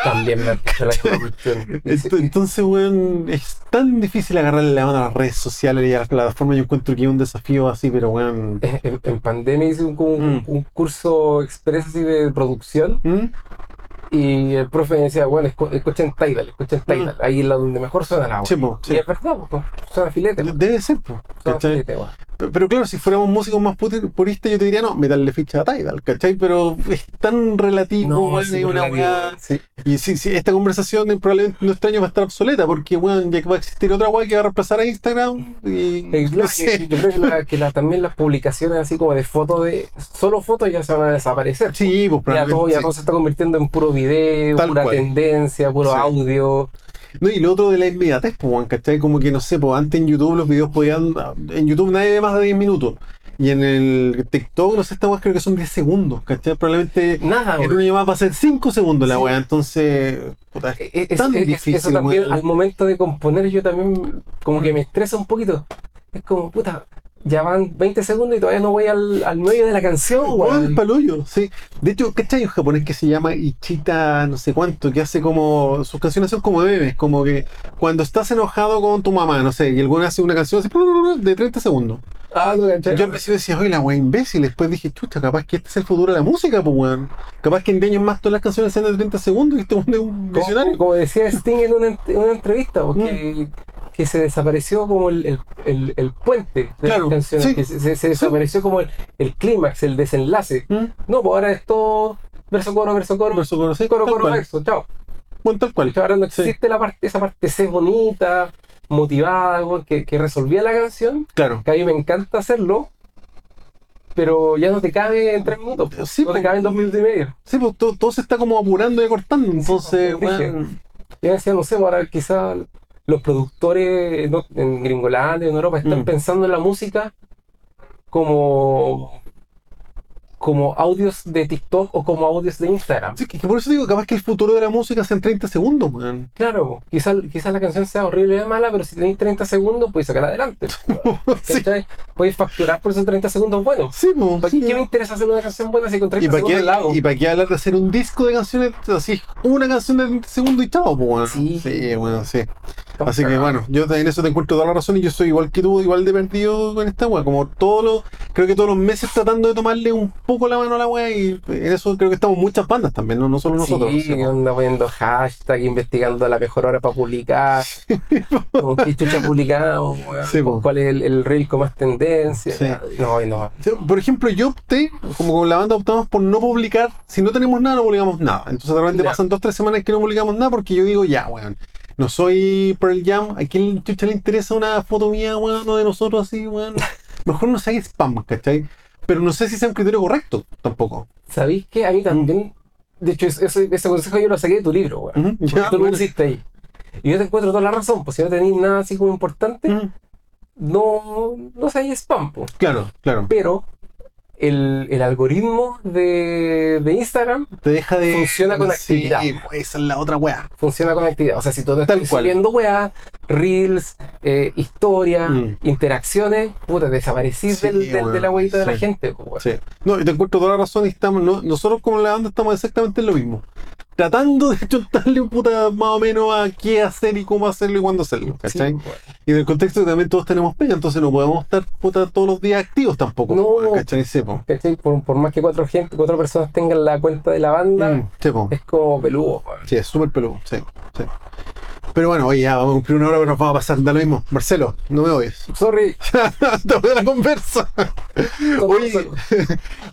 S2: También me han dicho la misma cuestión. Y sí,
S1: Ent- Entonces, weón, es tan difícil agarrarle la mano a las redes sociales y a las plataformas. Yo encuentro que es un desafío así, pero weón.
S2: en, en pandemia hice un, un-
S1: Mm.
S2: un curso express así de producción
S1: ¿Mm?
S2: y el profe me decía, bueno, escu- escuchen Tidal, escuchen Tidal, ahí es la donde mejor suena la voz.
S1: Mm. Sí, po, sí.
S2: Y es verdad, po, suena filete, po,
S1: Debe ser, po,
S2: suena
S1: ¿cachai?
S2: filete, po.
S1: P- Pero claro, si fuéramos músicos más puti- puristas, yo te diría, no, meterle ficha a Tidal, ¿cachai? Pero es tan relativo, weón,
S2: sí,
S1: es una
S2: relativo,
S1: weá.
S2: sí.
S1: Y sí, sí, esta conversación en probablemente en nuestro año va a estar obsoleta, porque, weón, ya que va a existir otra weá que va a reemplazar a Instagram y.
S2: Eh,
S1: no
S2: claro,
S1: sé.
S2: yo- Yo creo que, la- que la- también las publicaciones así como de fotos, de solo fotos ya se van a desaparecer. po.
S1: Sí, pues
S2: Ya todo,
S1: probablemente.
S2: ya
S1: sí.
S2: todo se está convirtiendo en puro video,
S1: Tal
S2: pura
S1: cual.
S2: tendencia, puro
S1: Sí.
S2: audio.
S1: No, y lo otro de la inmediatez, pues, weón, ¿cachai? Como que no sé, pues antes en YouTube los videos podían. En YouTube nadie ve más de 10 minutos. Y en el TikTok, no sé, esta weá creo que son 10 segundos, ¿cachai? Probablemente
S2: Nada,
S1: en
S2: weón.
S1: una llamada va a ser 5 segundos la weá, entonces. Puta, es
S2: e-, Es- es-
S1: tan
S2: es-
S1: difícil,
S2: eso también,
S1: weón.
S2: al momento de componer, yo también como que me estresa un poquito. Es como, puta, ya van 20 segundos y todavía no voy al, al medio de la canción,
S1: Weón, el
S2: weón.
S1: palollo, sí. De hecho, ¿cachai? Un japonés que se llama Ichita, no sé cuánto, que hace como. Sus canciones son como memes, como que cuando estás enojado con tu mamá, no sé, y el weón hace una canción así, de 30 segundos.
S2: Ah, no, ¿cachai?
S1: Yo al principio decía, oye, la wea imbécil. Después dije, chucha, capaz que este es el futuro de la música, pues weón. Capaz que en 10 años más todas las canciones sean de 30 segundos y este weón es un
S2: Como-
S1: visionario.
S2: Como decía Sting en una, ent- en una entrevista,
S1: Mm.
S2: porque que se desapareció como el, el- el- el puente de
S1: Claro,
S2: las canciones,
S1: sí,
S2: que se, se- se desapareció como el, el clímax, el desenlace.
S1: ¿Mm?
S2: No, pues ahora es todo verso coro, verso coro,
S1: Verso coro, sí,
S2: coro,
S1: tal
S2: coro,
S1: cual.
S2: verso, chao.
S1: Bueno, tal cual.
S2: Ahora no
S1: Sí.
S2: existe la parte, esa parte C bonita, motivada, weón, que, que resolvía la canción,
S1: Claro.
S2: que a mí me encanta hacerlo, pero ya no te cabe en tres minutos, pues.
S1: Sí,
S2: no te
S1: pues.
S2: cabe en dos minutos y medio.
S1: Sí, pues todo, todo se está como apurando y acortando. Entonces,
S2: pues, dije,
S1: weón,
S2: Yo decía, no sé, ahora quizás los productores no- en Gringolandia, en Europa, están
S1: Mm.
S2: pensando en la música como, como audios de TikTok o como audios de Instagram.
S1: sí, que que por eso digo, capaz que el futuro de la música sea en 30 segundos, weón.
S2: Claro, quizás quizás la canción sea horrible y mala, pero si tenéis 30 segundos, podéis sacarla adelante.
S1: sí,
S2: ¿cachai? Podéis facturar por esos 30 segundos buenos.
S1: sí, pues.
S2: ¿Para
S1: sí.
S2: qué me interesa hacer una canción buena si con
S1: ¿Y
S2: 30
S1: para,
S2: segundos
S1: qué,
S2: la hago?
S1: y para qué hablar de hacer un disco de canciones así, una canción de 30 segundos y chao, pues, weón.
S2: Sí.
S1: sí, bueno, sí.
S2: Estamos
S1: Así que
S2: cagados.
S1: bueno, yo en eso te encuentro toda la razón y yo soy igual que tú, igual de perdido con esta weá. Como todos los, creo que todos los meses tratando de tomarle un poco la mano a la weá y en eso creo que estamos muchas bandas también, no, no solo nosotros.
S2: Sí,
S1: Sí,
S2: que anda poniendo hashtag, investigando la mejor hora para publicar. con qué chucha publicamos, weón,
S1: Sí, po.
S2: cuál es el, el reel con más tendencia.
S1: Sí.
S2: No, y no.
S1: Sí, Por ejemplo, yo opté, como con la banda optamos por no publicar, si no tenemos nada, no publicamos nada. Entonces de repente
S2: Ya.
S1: pasan dos, tres semanas que no publicamos nada porque yo digo, ya, weón. No soy Pearl Jam, ¿a quién chucha le interesa una foto mía, weón, o de nosotros así, weón? Mejor no sea spam, ¿cachai? Pero no sé si sea un criterio correcto tampoco.
S2: ¿Sabéis qué? A mí también. De hecho, es- ese, ese consejo yo lo saqué de tu libro, weón.
S1: Ujú,
S2: porque
S1: ya, pues.
S2: tú lo
S1: bueno.
S2: pusiste ahí. Y yo te encuentro toda la razón, pues si no tenéis nada así como importante,
S1: Ujú. Mm.
S2: no, no seáis spam, po.
S1: Claro, claro.
S2: Pero el, el algoritmo de, de Instagram
S1: Te deja de.
S2: Funciona con
S1: Sí,
S2: actividad.
S1: esa es la otra weá.
S2: funciona con actividad. O sea, si tú te
S1: Tal
S2: estás
S1: cual.
S2: subiendo weá, reels, eh, historia,
S1: Mm.
S2: interacciones, puta, desaparecís
S1: Sí,
S2: del, del-
S1: weón,
S2: de la huevita de la
S1: sí.
S2: gente. po, weón.
S1: Sí. No, y te encuentro toda la razón y estamos. no- nosotros como la banda estamos exactamente en lo mismo. Tratando de chontarle puta más o menos a qué hacer y cómo hacerlo y cuándo hacerlo,
S2: Sí,
S1: ¿cachai?
S2: weón.
S1: Y en el contexto que también todos tenemos pega, entonces no podemos estar puta todos los días activos tampoco.
S2: No.
S1: ¿Cachai? Sepo.
S2: ¿Cachai? Por, por más que cuatro, gente, cuatro personas tengan la cuenta de la banda,
S1: Mm, sepo.
S2: es como peludo. weón.
S1: Sí, es súper peludo, sí, sí. Pero bueno, oye, ya vamos a cumplir una hora, pero nos vamos a pasar, da lo mismo. Marcelo, no me oyes.
S2: Sorry,
S1: Te voy a la conversa.
S2: con-
S1: Oye,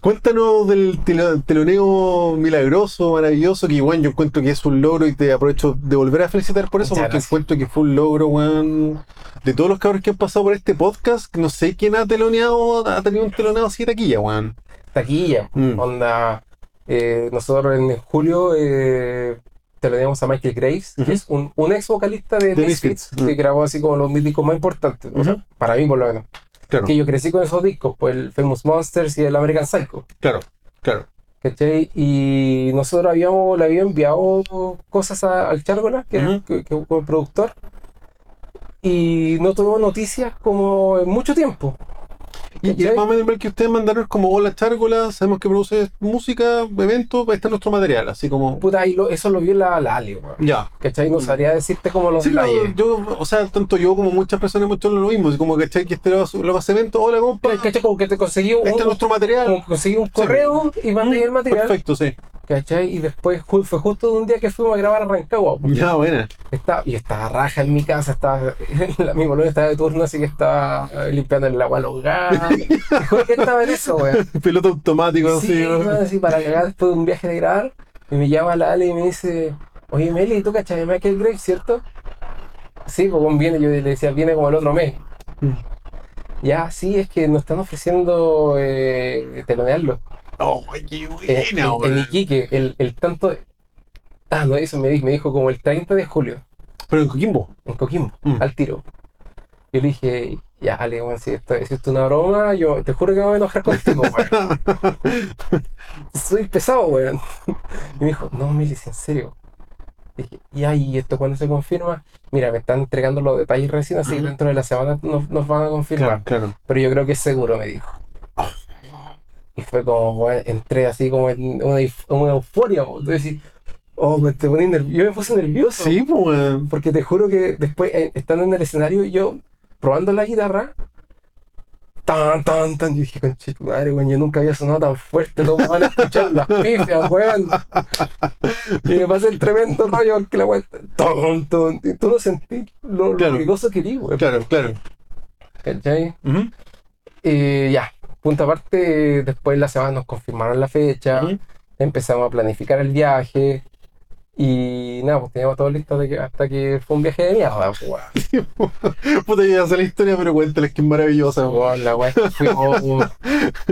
S1: Cuéntanos del telo- teloneo milagroso, maravilloso, que igual yo encuentro que es un logro y te aprovecho de volver a felicitar por eso,
S2: Muchas
S1: porque
S2: gracias.
S1: encuentro que fue un logro, weón. De todos los cabros que han pasado por este podcast, no sé quién ha teloneado, ha tenido un teloneo así de taquilla, weón.
S2: taquilla.
S1: Mm.
S2: Onda, eh, nosotros en julio eh, te lo damos a Michael Graves,
S1: Ujú.
S2: que es un, un ex vocalista de
S1: De
S2: Misfits,
S1: Misfits,
S2: que
S1: mm.
S2: grabó así como los míticos más importantes, o sea,
S1: Ujú.
S2: para mí por lo menos.
S1: Claro,
S2: Que yo crecí con esos discos, pues el Famous Monsters y el American Psycho.
S1: claro, claro.
S2: ¿Cachai? Y nosotros habíamos, le habíamos enviado cosas a- al Chargola, que,
S1: Ujú.
S2: que- que fue el productor, y no tuvimos noticias como en mucho tiempo.
S1: Y, y
S2: ¿Cachai?
S1: el más o menos el que ustedes mandaron es como hola chárgola, sabemos que produces música, eventos, ahí está nuestro material, así como.
S2: Puta, y lo- eso lo vio la, la Ale, weón.
S1: Ya,
S2: ¿Cachai? No sabría decirte como los
S1: Mm. Sí, yo-
S2: detalles.
S1: yo, o sea, tanto yo como muchas personas hemos hecho lo mismo, así como ¿cachai? que este lo, lo hace evento, hola compa,
S2: ¿Cachai? Como que te conseguí un,
S1: este es nuestro material.
S2: como que conseguí un correo y mandé el material.
S1: pues. Perfecto, sí.
S2: ¿Cachai? Y después ju- fue justo un día que fuimos a grabar a Rancagua. po.
S1: Ya, buena.
S2: Estaba, y estaba raja en mi casa, estaba, la, mi boludo estaba de turno, así que estaba eh, limpiando el agua al hogar. Mejor que estaba en eso, weón.
S1: Piloto automático,
S2: Sí,
S1: así.
S2: weón,
S1: ¿no?
S2: así para cagar después de un viaje de grabar. Y me llama la Ale y me dice, oye Meli, ¿tú cachai de Michael Graves, cierto? Sí, pues weón, viene, yo le decía, viene como el otro mes.
S1: Mm.
S2: Ya, sí, es que nos están ofreciendo eh, telonearlo.
S1: Oh, qué
S2: Eh, en,
S1: buena,
S2: en
S1: weón.
S2: Iquique, el, el tanto... Ah, no, eso me dijo, me dijo como el 30 de julio.
S1: Pero en Coquimbo.
S2: en Coquimbo,
S1: Mm.
S2: al tiro. Yo le dije, ya, Ale, weón, si esto, si esto es una broma, yo te juro que me voy a enojar contigo, weón. Soy pesado, weón. Y me dijo, no, Milis, en serio. Le dije, ya, ¿y esto cuando se confirma? Mira, me están entregando los detalles recién, así que
S1: Ujú.
S2: dentro de la semana nos, nos van a confirmar.
S1: claro.
S2: Pero yo creo que es seguro, me dijo. Y fue como, weón, entré así como en una, euf- una euforia, weón. Tú decís, oh, me, te poní nerv- yo me puse nervioso.
S1: Sí, pues, weón.
S2: Porque te juro que después, eh, estando en el escenario, yo probando la guitarra, tan, tan, tan, yo dije, conche tu madre, weón, yo nunca había sonado tan fuerte, ¿cómo van a escuchar las pifias, weón? Y me pasé el tremendo rollo, porque la weón, tan, tan, y tú no sentí lo,
S1: Claro.
S2: lo rigoso que di, weón,
S1: Claro, claro.
S2: ¿cachai?
S1: Ujú.
S2: Y ya, punto aparte, después la semana nos confirmaron la fecha,
S1: Ujú.
S2: empezamos a planificar el viaje, y nada, pues teníamos todo listo de que- hasta que fue un viaje de mierda, pues, weón.
S1: Puta, yo ya sé la historia, pero cuéntales que es maravillosa. weón.
S2: Weón, la weá es que fuimos un-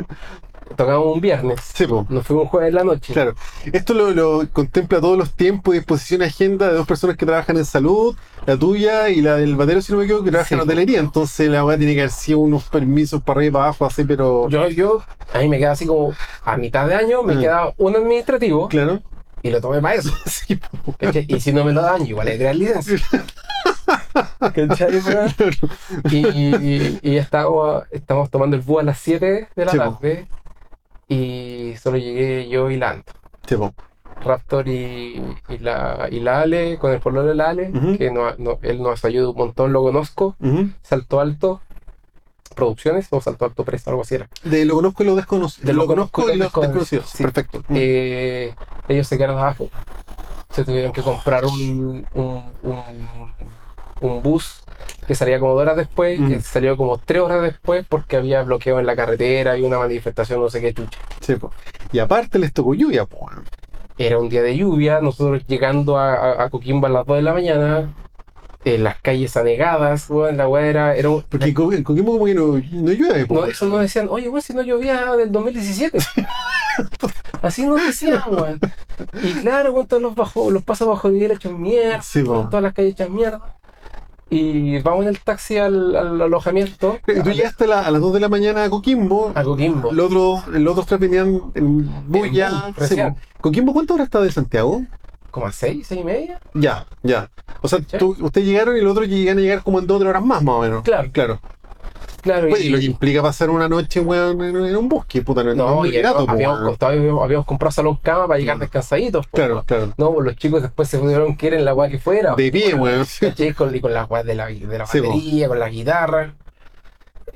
S2: Tocamos un viernes.
S1: Sí, pues.
S2: Nos fuimos un jueves en la noche.
S1: Claro. Esto lo, lo contempla todos los tiempos y disposición y agenda de dos personas que trabajan en salud, la tuya y la del batero, si no me equivoco, que trabaja
S2: Sí,
S1: en
S2: po.
S1: hotelería. Entonces la weá tiene que haber sido unos permisos para arriba y para abajo, así, pero.
S2: Yo, yo, a mí me queda así como a mitad de año, me
S1: Mm.
S2: queda un administrativo
S1: Claro.
S2: y lo tomé para eso.
S1: Sí, pues, po.
S2: ¿cachai? Y si no me lo dan, igual es gran licencia. ¿Cachai, weón? Y, y, y estaba- estamos tomando el bus a las 7 de la
S1: Sí, po.
S2: tarde y solo llegué yo y Lanto.
S1: Sí, pues. po.
S2: Raptor y, y la, y la Ale, con el pueblo de la Ale,
S1: Ujú.
S2: que no- no- él nos ayuda un montón, lo conozco.
S1: Ujú.
S2: Salto Alto Producciones o Salto Alto Presa, algo así era.
S1: De lo conozco y lo desconozco.
S2: De lo conozco y
S1: y
S2: lo
S1: lo desconocido.
S2: desconocido. Sí.
S1: Perfecto.
S2: Eh, ellos se quedaron abajo. Se tuvieron que comprar un, un, un- un bus que salía como dos horas después, que
S1: Mm.
S2: salió como tres horas después porque había bloqueo en la carretera y una manifestación, no sé qué chucha.
S1: Sí, po. Y aparte les tocó lluvia, po. weón.
S2: Era un día de lluvia, nosotros llegando a, a- a Coquimbo a las 2 de la mañana, eh, las calles anegadas, weón, la weá era... era un-
S1: Porque en Co- en Coquimbo como que no, no llueve, po.
S2: no,
S1: weón.
S2: eso no decían, oye, weón, si no llovía del 2017. Así no decían, weón. Y claro, weón, todos los, bajo, los pasos bajo nivel hechos mierda,
S1: Sí, po.
S2: todas las calles hechas mierda. Y vamos en el taxi al, al alojamiento,
S1: Y tú llegaste a, la- a las 2 de la mañana a Coquimbo.
S2: a Coquimbo.
S1: Los otros, los otros tres venían en bus
S2: En
S1: ya.
S2: bus, recién.
S1: sí, po. ¿Coquimbo cuántas horas está de Santiago?
S2: ¿Como a 6, 6 y media?
S1: Ya, ya. O sea,
S2: ¿Sí?
S1: tú- ustedes llegaron y los otros llegan a llegar como en 2 o 3 horas más, más o menos.
S2: Claro.
S1: Claro.
S2: Claro,
S1: Bueno, y lo que implica pasar una noche, weón, en, en un bosque, puta, no,
S2: No,
S1: no es
S2: y
S1: grato, po,
S2: habíamos,
S1: weón.
S2: costado- habíamos- habíamos comprado salón cama para llegar
S1: Mm.
S2: descansaditos. po,
S1: Claro, claro.
S2: No, pues los chicos después se pudieron que en la weá que fuera.
S1: De pie, weón.
S2: ¿Cachai? Con, y con las weas de la, de la
S1: Sí, po.
S2: batería, con las guitarras.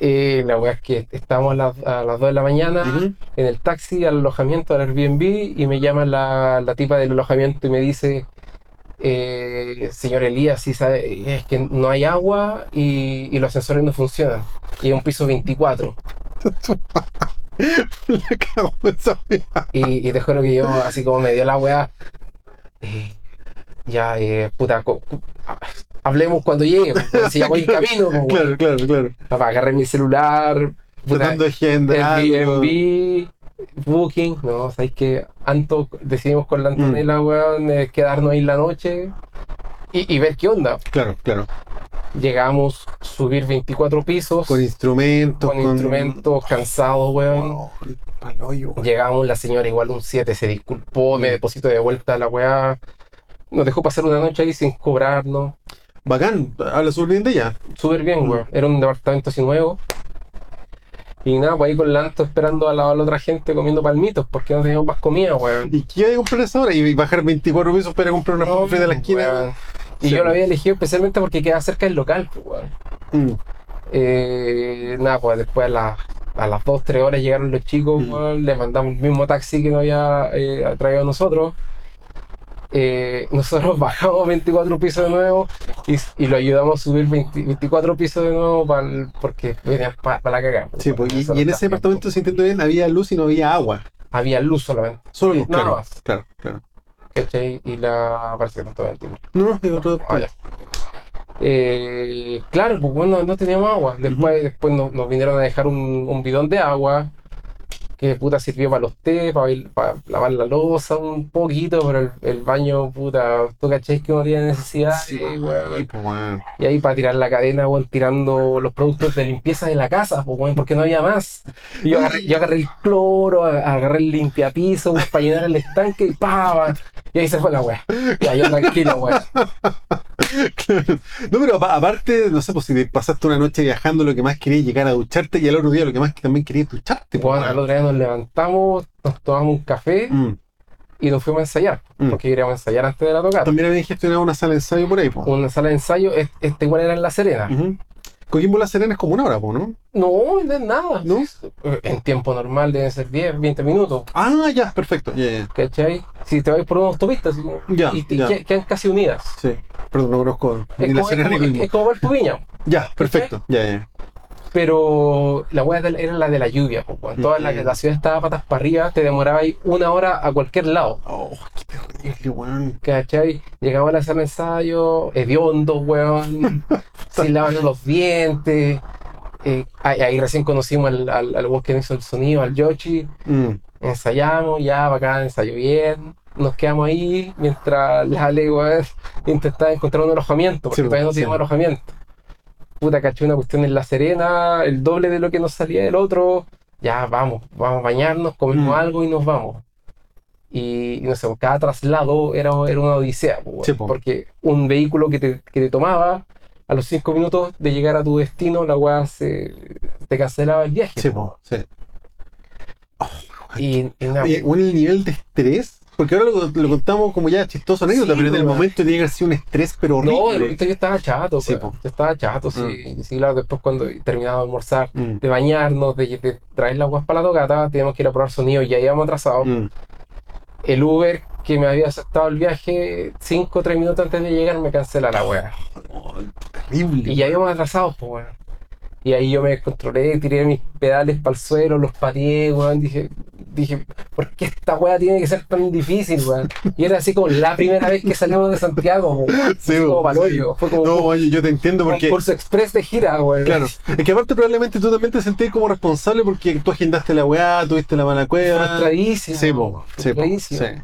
S2: Eh, la weá es que estábamos a las, a las 2 de la mañana
S1: Ujú.
S2: en el taxi al alojamiento del Airbnb y me llama la, la tipa del alojamiento y me dice, eh, señor Elías, si sabe, es que no hay agua y, y los sensores no funcionan. Y es un piso 24.
S1: Le cago en esa wea.
S2: Y, y te juro que yo, así como me dio la weá, eh, ya, eh, puta, co- co- ha- hablemos cuando llegue, porque si ya voy en camino, pues, weón.
S1: Claro, claro, claro.
S2: Papá, agarré mi celular, puta,
S1: Tratando de agendar. algo.
S2: Airbnb, Booking, no, sabes que Anto, decidimos con la
S1: Mm.
S2: Antonella, weón, eh, quedarnos ahí la noche y, y ver qué onda.
S1: Claro, claro.
S2: Llegamos, subir 24 pisos,
S1: Con instrumentos.
S2: con instrumentos, cansados, weón.
S1: Oh, pa'l hoyo, weón.
S2: Llegamos, la señora igual un 7 se disculpó,
S1: Mm.
S2: me depositó de vuelta la weá. Nos dejó pasar una noche ahí sin cobrarnos.
S1: Bacán, habla súper bien de ella.
S2: Súper
S1: Mm.
S2: bien, weón. Era un departamento así nuevo. Y nada, pues ahí con Lanto esperando a la, a la otra gente comiendo palmitos porque no teníamos más comida, weón.
S1: ¿Y qué iba a comprar esa hora? Y bajar 24 pesos para comprar una
S2: No,
S1: pommes fritas de la esquina.
S2: weón. Y
S1: Sí.
S2: yo lo había elegido especialmente porque queda cerca del local, pues, weón.
S1: Mm.
S2: Eh, nada, pues después a, las- a las 2, 3 horas llegaron los chicos,
S1: Mm.
S2: weón, le mandamos el mismo taxi que nos había eh, traído nosotros. Eh, nosotros bajamos 24 pisos de nuevo y, y lo ayudamos a subir 20 24 pisos de nuevo pa'l- porque venían para la cagada.
S1: Sí, pues, y, y en ese departamento, si entiendo bien, había luz y no había agua.
S2: Había luz solamente,
S1: Solo luz,
S2: Nada
S1: claro.
S2: más.
S1: Claro, claro.
S2: ¿cachai? Y la... parece que no estaba el tiempo.
S1: No, no, digo todo.
S2: Ah, ya. Eh, claro, pues bueno, no teníamos agua. Después, después nos, nos vinieron a dejar un, un bidón de agua, que que puta sirvió para los té, para, bail- para lavar la losa un poquito, pero el, el baño, puta, tú cachés que uno tiene necesidad. y, weón,
S1: Ay, pues, weón.
S2: y ahí para tirar la cadena, weón, tirando los productos de limpieza de la casa, pues, weón, porque no había más. Y yo agarré, yo agarré el cloro, ag- agarré el limpiapiso, weón, para llenar el estanque y pa, pa. Y ahí se fue la weá. Ya, yo tranquilo, weón.
S1: Claro. No, pero apa- aparte, no sé, pues si te pasaste una noche viajando, lo que más querías es llegar a ducharte y al otro día lo que más que también querías es ducharte. pues,
S2: Weón, al otro día nos levantamos, nos tomamos un café
S1: Mm.
S2: y nos fuimos a ensayar,
S1: Mm.
S2: porque queríamos ensayar antes de la tocata.
S1: También habían gestionado una sala de ensayo por ahí, pues.
S2: Una sala de ensayo, es- este igual era en La Serena.
S1: Ujú. Coquimbo La Serena es como una hora, po, ¿no?
S2: No, no es nada.
S1: ¿No?
S2: Eh, En tiempo normal deben ser 10, 20 minutos.
S1: Ah, ya, perfecto. Ya, ya.
S2: ¿Cachai? Si te vais por una autopista, así como-
S1: Ya,
S2: y, y
S1: ya.
S2: que- quedan casi unidas.
S1: Sí. Perdón, no conozco ni
S2: Es
S1: La
S2: como, es
S1: Serena ni
S2: como-
S1: Coquimbo.
S2: es como ver tu viña.
S1: Ya, perfecto. Ya, ya.
S2: Pero la hueá del- era la de la lluvia. po, weón. toda la,
S1: Mm.
S2: la ciudad estaba patas para arriba, te demoraba ahí una hora a cualquier lado.
S1: Oh, qué terrible, weón.
S2: ¿Cachai? Llegaba la sala de ensayo, hediondo, weón, sin lavarse los dientes. eh, ahí, ahí recién conocimos al, al, al weón que hizo el sonido, al Yoshi.
S1: Mm.
S2: Ensayamos, ya, bacán, ensayo bien. Nos quedamos ahí mientras la Ale, weón, intentaba encontrar un alojamiento, porque
S1: Sí,
S2: todavía no
S1: sí.
S2: teníamos alojamiento. Puta, caché una cuestión en La Serena, el doble de lo que nos salía del otro. Ya, vamos, vamos a bañarnos, comemos
S1: Mm.
S2: algo y nos vamos. Y, y no sé, cada traslado era, era una odisea, pues, weón,
S1: Sí, po.
S2: porque un vehículo que te, que te tomaba, a los cinco minutos de llegar a tu destino, la weá se te cancelaba el viaje.
S1: Sí,
S2: po.
S1: po, sí.
S2: Y, y nada,
S1: Oye, bueno, el nivel de estrés, porque ahora lo, lo contamos como ya chistoso anécdota,
S2: Sí,
S1: pero en el
S2: weón.
S1: momento llega así un estrés, pero
S2: No, de
S1: horrible.
S2: repente yo estaba chato,
S1: Sí,
S2: pues,
S1: po.
S2: yo estaba chato, sí, sí, claro, después cuando terminaba de almorzar,
S1: Mm,
S2: de bañarnos, de, de traer las guas para la tocata, teníamos que ir a probar sonido, ya íbamos atrasados.
S1: mm.
S2: El Uber que me había aceptado el viaje 5 o 3 minutos antes de llegar me cancela la wea.
S1: Oh, terrible.
S2: Y ya íbamos atrasados, pues, weón. Y ahí yo me descontrolé, tiré mis pedales para el suelo, los pateé, weón. Dije, dije, ¿por qué esta weá tiene que ser tan difícil, weón? Y era así como la primera vez que salimos de Santiago, weón.
S1: Sí,
S2: Así
S1: weón,
S2: como pa'l
S1: sí.
S2: hoyo. Fue como
S1: No,
S2: un
S1: oye, yo te entiendo porque.
S2: concurso express de gira, weón.
S1: Claro, es que aparte probablemente tú también te sentís como responsable porque tú agendaste la weá, tuviste la mala cueva.
S2: Frustradísimo.
S1: Ah, Sí, po, sí, po,
S2: Frustradísimo.
S1: sí.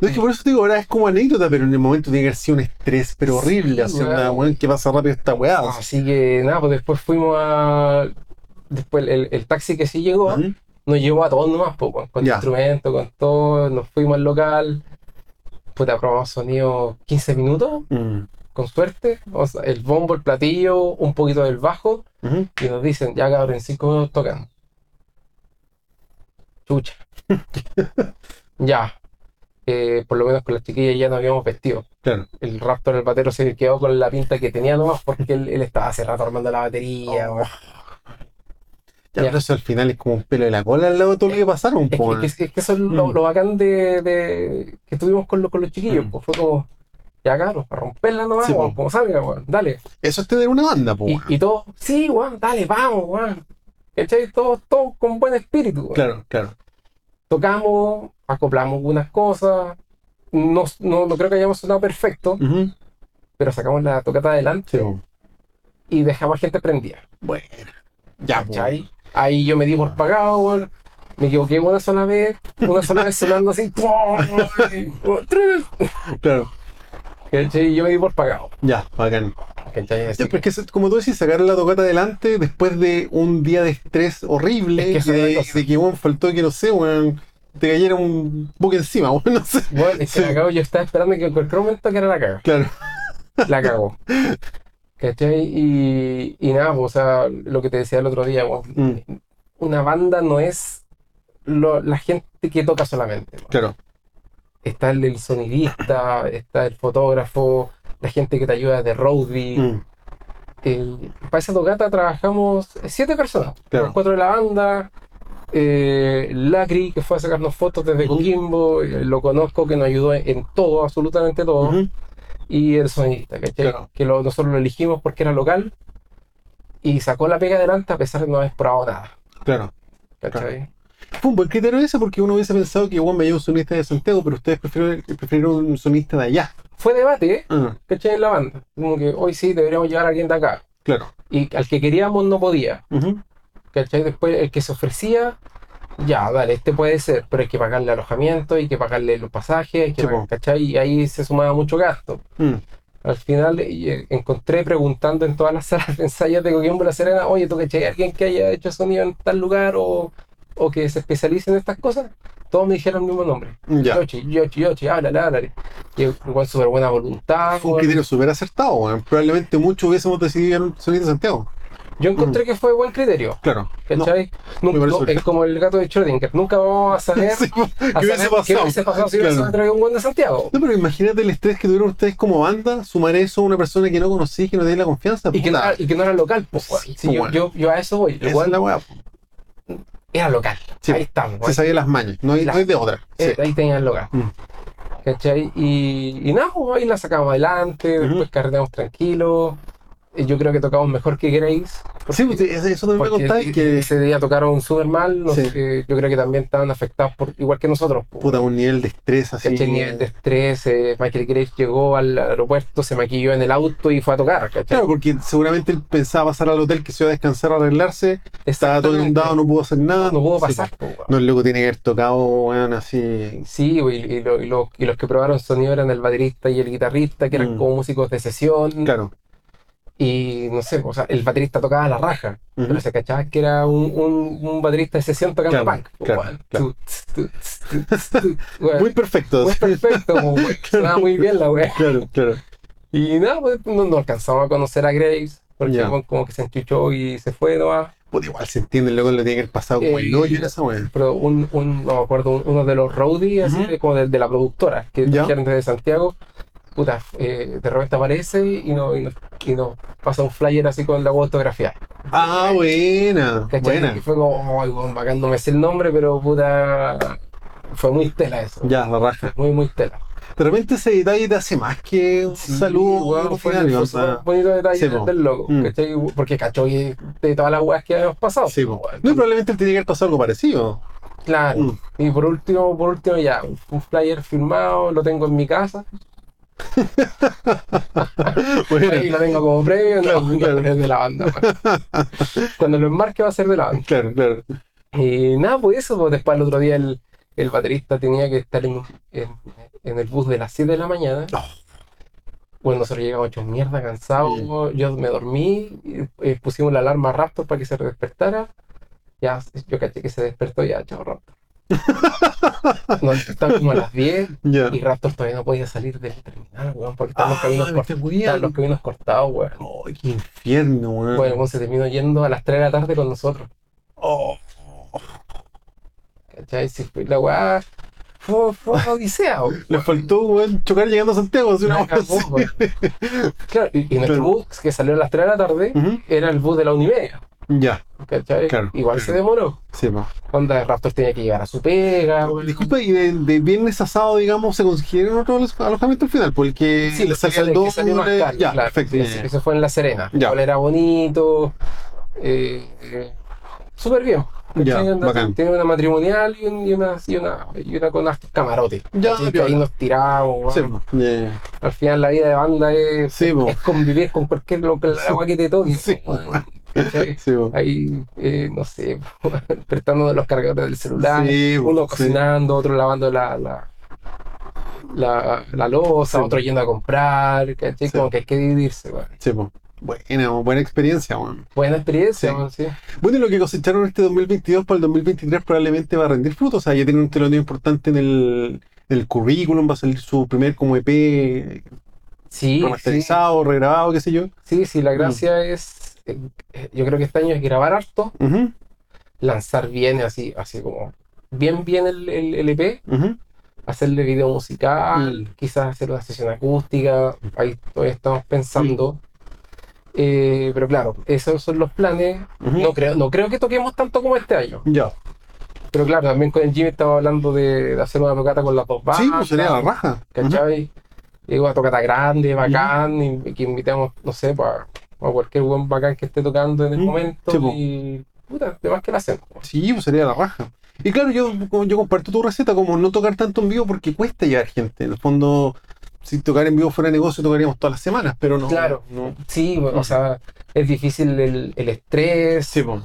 S1: No, es que por eso te digo, ahora es como anécdota, pero en el momento tiene que haber sido un estrés, pero
S2: Sí, Ah,
S1: horrible, así
S2: weón.
S1: una weón que pasa rápido esta weá. así.
S2: Así que nada, pues después fuimos a. Después el, el taxi que sí llegó,
S1: Ujú.
S2: nos llevó a todos nomás, po, con, con
S1: Ya.
S2: instrumentos, con todo, nos fuimos al local, puta, probamos sonido 15 minutos,
S1: Mm.
S2: con suerte, o sea, el bombo, el platillo, un poquito del bajo,
S1: Ujú.
S2: y nos dicen, ya cabrón, en 5 minutos tocan. Chucha. ya. Eh, por lo menos con las chiquillas ya nos habíamos vestido.
S1: Claro.
S2: El Raptor, el batero, se quedó con la pinta que tenía nomás porque él, él estaba hace rato armando la batería.
S1: Oh.
S2: weón.
S1: Ya,
S2: Ya.
S1: pero eso al final es como un pelo de la cola al lado de todo lo que pasaron,
S2: Es
S1: po,
S2: que, es que- es que eso es lo,
S1: Mm.
S2: lo bacán de, de- que tuvimos con, lo- con los chiquillos.
S1: Mm.
S2: pues, fue como, ya cabrón, a romperla nomás,
S1: Sí,
S2: weón,
S1: po.
S2: como salga, weón, dale.
S1: Eso es tener una banda, po,
S2: Y,
S1: weón.
S2: y todos, sí, weón, dale, vamos, weón. ¿Cachai? Todos, todos con buen espíritu. weón.
S1: Claro, claro.
S2: Tocamos, acoplamos algunas cosas. No, no, no creo que hayamos sonado perfecto,
S1: Ujú.
S2: pero sacamos la tocata adelante
S1: Mm-hmm. Sí, po.
S2: y dejamos a gente prendida.
S1: Bueno. Ya, pues. po.
S2: ¿Cachai? Ahí yo me di por pagado, weón. Me equivoqué una sola vez, una sola vez sonando así.
S1: Claro.
S2: ¿Cachai? Yo me di por pagado.
S1: Ya, bacán.
S2: ¿Cachai? Así
S1: Ya, pero es que, eso- como tú decís, sacar la tocata adelante después de un día de estrés horrible
S2: Es que
S1: y de,
S2: esa es la cosa.
S1: de que, weón, faltó que, no sé, weón, te cayera un buque encima, weón, no sé.
S2: que, weón, es que la cago, yo estaba esperando que en cualquier momento que era la caga.
S1: Claro.
S2: La cagó. ¿Cachai? Y, y nada, pues, o sea, lo que te decía el otro día, weón.
S1: Mm,
S2: una banda no es lo- la gente que toca solamente. ¿no?
S1: claro.
S2: Está el, el sonidista, está el fotógrafo, la gente que te ayuda de roadie.
S1: Mm,
S2: el- para esa tocata trabajamos siete personas,
S1: Claro.
S2: los cuatro de la banda, eh, Lacri que fue a sacarnos fotos desde
S1: Ujú.
S2: Coquimbo, eh, lo conozco que nos ayudó en, en todo, absolutamente todo,
S1: ujú.
S2: y el sonidista, ¿cachai?
S1: Claro.
S2: que lo- nosotros lo elegimos porque era local y sacó la pega adelante a pesar de no haber probado nada.
S1: Claro.
S2: ¿cachai?
S1: Fue un buen criterio ese porque uno hubiese pensado que, weón, me lleva un sonista de Santiago, pero ustedes prefirieron, prefirieron un sonista de allá.
S2: Fue debate, ¿eh?
S1: Ah,
S2: ¿cachai? En la banda, como que hoy sí deberíamos llevar a alguien de acá,
S1: claro.
S2: y al que queríamos no podía.
S1: Ujú.
S2: ¿cachai? Después el que se ofrecía ya, dale, este puede ser, pero hay que pagarle alojamiento, hay que pagarle los pasajes, hay que
S1: Sí,
S2: pagar-
S1: po.
S2: ¿cachai? Y ahí se sumaba mucho gasto.
S1: Mm.
S2: Al final eh, encontré preguntando en todas las salas de ensayos de Coquimbo La Serena, oye, ¿tú cachai alguien que haya hecho sonido en tal lugar o, o que se especialice en estas cosas? Todos me dijeron el mismo nombre.
S1: Ya.
S2: Yochi, Yochi, Yochi, háblale, háblale. Y igual súper buena
S1: Fue un
S2: voluntad. ah, weón.
S1: criterio súper acertado, weón. Probablemente muchos hubiésemos decidido ir a un sonido de Santiago.
S2: Yo encontré que fue buen criterio.
S1: Claro. No.
S2: ¿Cachai? Nun-
S1: me parece
S2: no, es
S1: perfecto.
S2: como el gato de Schrödinger. Nunca vamos a saber,
S1: Sí, po, ¿Qué
S2: a
S1: hubiese
S2: saber qué
S1: pasado?
S2: hubiese pasado si hubiese
S1: Claro.
S2: traído un buen de Santiago.
S1: No, pero imagínate el estrés que tuvieron ustedes como banda, sumar eso a una persona que no conocís, que no tenés la confianza.
S2: Y que, no
S1: puta.
S2: era, y que no era local, pues, weón.
S1: Sí,
S2: Sí,
S1: pues,
S2: yo,
S1: weón.
S2: yo- yo a eso voy. Lo
S1: Esa
S2: cual
S1: es la weá.
S2: era local.
S1: Sí,
S2: Ahí estamos.
S1: Se
S2: weón.
S1: sabía las mañas, no hay,
S2: Las-
S1: no hay de otra. Sí.
S2: Eh, Ahí tenían el local.
S1: Mm.
S2: ¿Cachai? Y, y nada, pues, ahí la sacamos adelante, después
S1: Ujú.
S2: carreteamos tranquilos. Eh, Yo creo que tocamos mejor que Grace.
S1: Sí, pues, eso eso también me
S2: Porque
S1: contáis
S2: e-
S1: que
S2: ese día tocaron súper mal, los
S1: Sí.
S2: que yo creo que también estaban afectados por igual que nosotros. po.
S1: puta un nivel de estrés así.
S2: ¿Cachai? Nivel de estrés, eh, Michael Grace llegó al aeropuerto, se maquilló en el auto y fue a tocar, ¿cachai?
S1: Claro, porque seguramente él pensaba pasar al hotel que se iba a descansar, a arreglarse, estaba todo
S2: Exactamente.
S1: inundado, no pudo hacer nada.
S2: No pudo
S1: Sí, pues.
S2: pasar. po, weón.
S1: No, el loco tiene que haber tocado, weón, así.
S2: Sí, güey, y, lo- y lo- y los que probaron sonido eran el baterista y el guitarrista, que eran
S1: Mm.
S2: como músicos de sesión.
S1: Claro.
S2: Y no sé, o sea, el baterista tocaba la raja,
S1: Ujú.
S2: pero se cachaba que era un, un- un baterista de sesión
S1: Claro,
S2: tocando punk. po,
S1: claro,
S2: weón.
S1: claro.
S2: Tu, tss, tu, tss, tu, tss, tu, weón.
S1: Muy perfecto.
S2: Fue perfecto, po, weón. Sonaba muy bien la wea.
S1: Claro, claro.
S2: Y nada, pues no, no alcanzamos a conocer a Graves, porque
S1: Ya.
S2: como, como que se enchuchó y se fue Ah, nomás.
S1: Puta, igual se entiende, el loco lo tiene que haber pasado como el
S2: Eh,
S1: hoyo en esa weón.
S2: Pero un, un- no me acuerdo, un- uno de los roadies, así
S1: Ujú.
S2: de- como de, de la productora, que
S1: Ya.
S2: trajeron desde Santiago, puta, eh, de repente aparece y nos y no, y nos pasa un flyer así con la autografía.
S1: Ah, buena.
S2: ¿Cachai?
S1: Buena.
S2: Y fue como, ay, weón, bacán, no me sé el nombre, pero puta, fue muy tela eso.
S1: Ya, la raja.
S2: Muy, muy tela.
S1: De repente ese detalle te hace más que un saludo
S2: weón,
S1: al
S2: fue-
S1: final,
S2: fue
S1: o
S2: súper
S1: sea.
S2: bonito detalle
S1: sí, po.
S2: del loco,
S1: Mm.
S2: ¿cachai? Porque cachó que de todas las weas que habíamos pasado.
S1: Sí, po.
S2: po, weón.
S1: No, y probablemente él tenía que haber pasado algo parecido.
S2: Claro.
S1: Mm.
S2: Y por último, por último ya, un- un flyer firmado, lo tengo en mi casa. Y
S1: Bueno,
S2: lo tengo como premio, no,
S1: Claro,
S2: no,
S1: claro.
S2: es de la banda. weón. Cuando lo enmarque va a ser de la banda.
S1: claro, claro.
S2: Y nada, pues eso, pues después el otro día el, el baterista tenía que estar en, en- en el bus de las 7 de la mañana.
S1: Oh.
S2: Bueno, nosotros llegamos hechos mierda, cansados. Yo me dormí, y, eh, pusimos la alarma a Raptor para que se despertara. Ya, yo caché que se despertó ya, chao Raptor. Nos despertamos como a las 10
S1: Ya.
S2: y Raptor todavía no podía salir del terminal, weón, porque estaban los
S1: Ah,
S2: caminos
S1: me
S2: cortados.
S1: estoy
S2: Estaban los
S1: muriendo.
S2: caminos cortados, weón.
S1: Ay, qué infierno, weón.
S2: Bueno, el weón se terminó yendo a las 3 de la tarde con nosotros.
S1: Oh,
S2: ¿Cachai? Si fue la weá. Fue, fue una odisea, weón.
S1: le faltó, weón, chocar llegando a Santiago. así una
S2: Una
S1: cosa
S2: cagó,
S1: así.
S2: weón. Claro, y, y nuestro
S1: Claro.
S2: bus que salió a las 3 de la tarde
S1: Ujú.
S2: era el bus de la Unimedia.
S1: Ya,
S2: ¿Cachai?
S1: Claro,
S2: Igual
S1: claro.
S2: se demoró.
S1: sí, po.
S2: Onda, Raptor tenía que llegar a su pega, weón.
S1: Disculpa, y de, de viernes a sábado, digamos, se consiguieron otro alo- alojamiento al final, porque
S2: Sí,
S1: le
S2: porque
S1: salía el
S2: sale- que salió más
S1: doble.
S2: caro,
S1: Ya,
S2: claro.
S1: perfecto.
S2: Sí,
S1: ya,
S2: sí,
S1: ya.
S2: eso fue en La Serena.
S1: Ya.
S2: Igual era bonito. eh, eh, Súper bien.
S1: Ya,
S2: ¿cachai? Onda,
S1: bacán.
S2: Tiene una matrimonial y, un- y una, y, una, y una con camarote.
S1: Ya,
S2: que ahí
S1: piola.
S2: nos tiramos, weón.
S1: Sí, po. Ya.
S2: Al final la vida de banda es,
S1: Sí, po.
S2: es convivir con cualquier lo- con la agua que te toque.
S1: Sí,
S2: po,
S1: po.
S2: ¿cachai?
S1: Sí, po.
S2: Ahí, eh, no sé, po, prestando los cargadores del celular,
S1: Sí, po,
S2: uno
S1: sí.
S2: cocinando, otro lavando la, la, la, la
S1: Sí,
S2: loza,
S1: po.
S2: otro yendo a comprar, ¿cachai?
S1: Sí,
S2: Como
S1: po.
S2: que hay que dividirse, weón.
S1: Sí, po. Buena, buena experiencia, weón.
S2: Buena experiencia,
S1: Sí.
S2: weón, sí.
S1: Bueno, y lo que cosecharon este 2022 para el 2023 probablemente va a rendir frutos. O sea, ya tienen un teloneo importante en el, en el currículum, va a salir su primer como EP
S2: Sí, sí,
S1: remasterizado, regrabado, qué sé yo.
S2: sí, sí,
S1: Mm.
S2: la gracia es, eh, eh, yo creo que este año es grabar harto,
S1: Ujú,
S2: lanzar bien, así, así como, bien, bien el, el, el E EP,
S1: ujú.
S2: hacerle video musical,
S1: Mm.
S2: quizás hacer una sesión acústica, ahí todavía estamos
S1: Mm.
S2: pensando. Eh, pero claro, esos son los planes.
S1: Ujú.
S2: No creo, no creo que toquemos tanto como este año.
S1: Ya.
S2: Pero claro, también con el Jimmy estaba hablando de, de hacer una tocata con las dos bandas.
S1: Sí, pues sería la raja. Ujú.
S2: ¿Cachai? Eh, Una tocata grande, bacán, y que invitamos, no sé, pa- a cualquier buen bacán que esté tocando en el
S1: Ujú.
S2: momento.
S1: Mm. Sí, po.
S2: y puta, demás que la hacemos.
S1: Sí, pues sería la raja. Y claro, yo, yo comparto tu receta, como no tocar tanto en vivo porque cuesta llegar gente. En el fondo, si tocar en vivo fuera negocio, tocaríamos todas las semanas, pero no.
S2: Claro.
S1: No.
S2: Sí, o sea, es difícil el, el estrés.
S1: Sí, pues.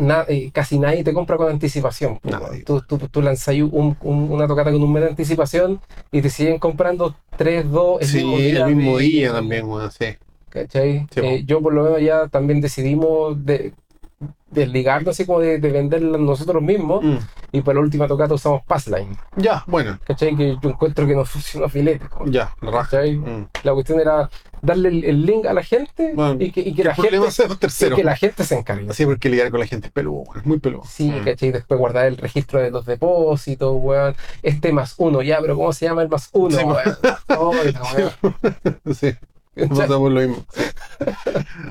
S2: na- eh, casi nadie te compra con anticipación. pues,
S1: Nadie.
S2: weón. Tú, tú, tú lanzas ahí un- un- una tocata con un mes de anticipación y te siguen comprando 3, 2, el
S1: Sí,
S2: mismo día.
S1: el mismo
S2: de-
S1: día también, weón, sí.
S2: ¿Cachai?
S1: Sí,
S2: Eh,
S1: po.
S2: yo por lo menos ya también decidimos de, desligarnos así como de, de venderla nosotros mismos
S1: Mm.
S2: y para la última tocata usamos Passline.
S1: Ya, bueno,
S2: ¿Cachai? Que yo encuentro que nos funcionó filete. po.
S1: ya, la raja.
S2: ¿Cachai?
S1: Mm.
S2: La cuestión era darle el, el link a la gente
S1: Bueno,
S2: y que, y que la
S1: El problema
S2: gente,
S1: es los
S2: y
S1: terceros.
S2: que la gente se encargue.
S1: Así porque lidiar con la gente es peludo, weón, es muy peludo.
S2: Sí,
S1: Mm.
S2: ¿cachai? Después guardar el registro de los depósitos, weón. Este más uno, ya, pero ¿cómo se llama el más uno,
S1: Sí, po.
S2: weón? Oh, la weón.
S1: Sí,
S2: ¿Cachai?
S1: pasa por lo mismo.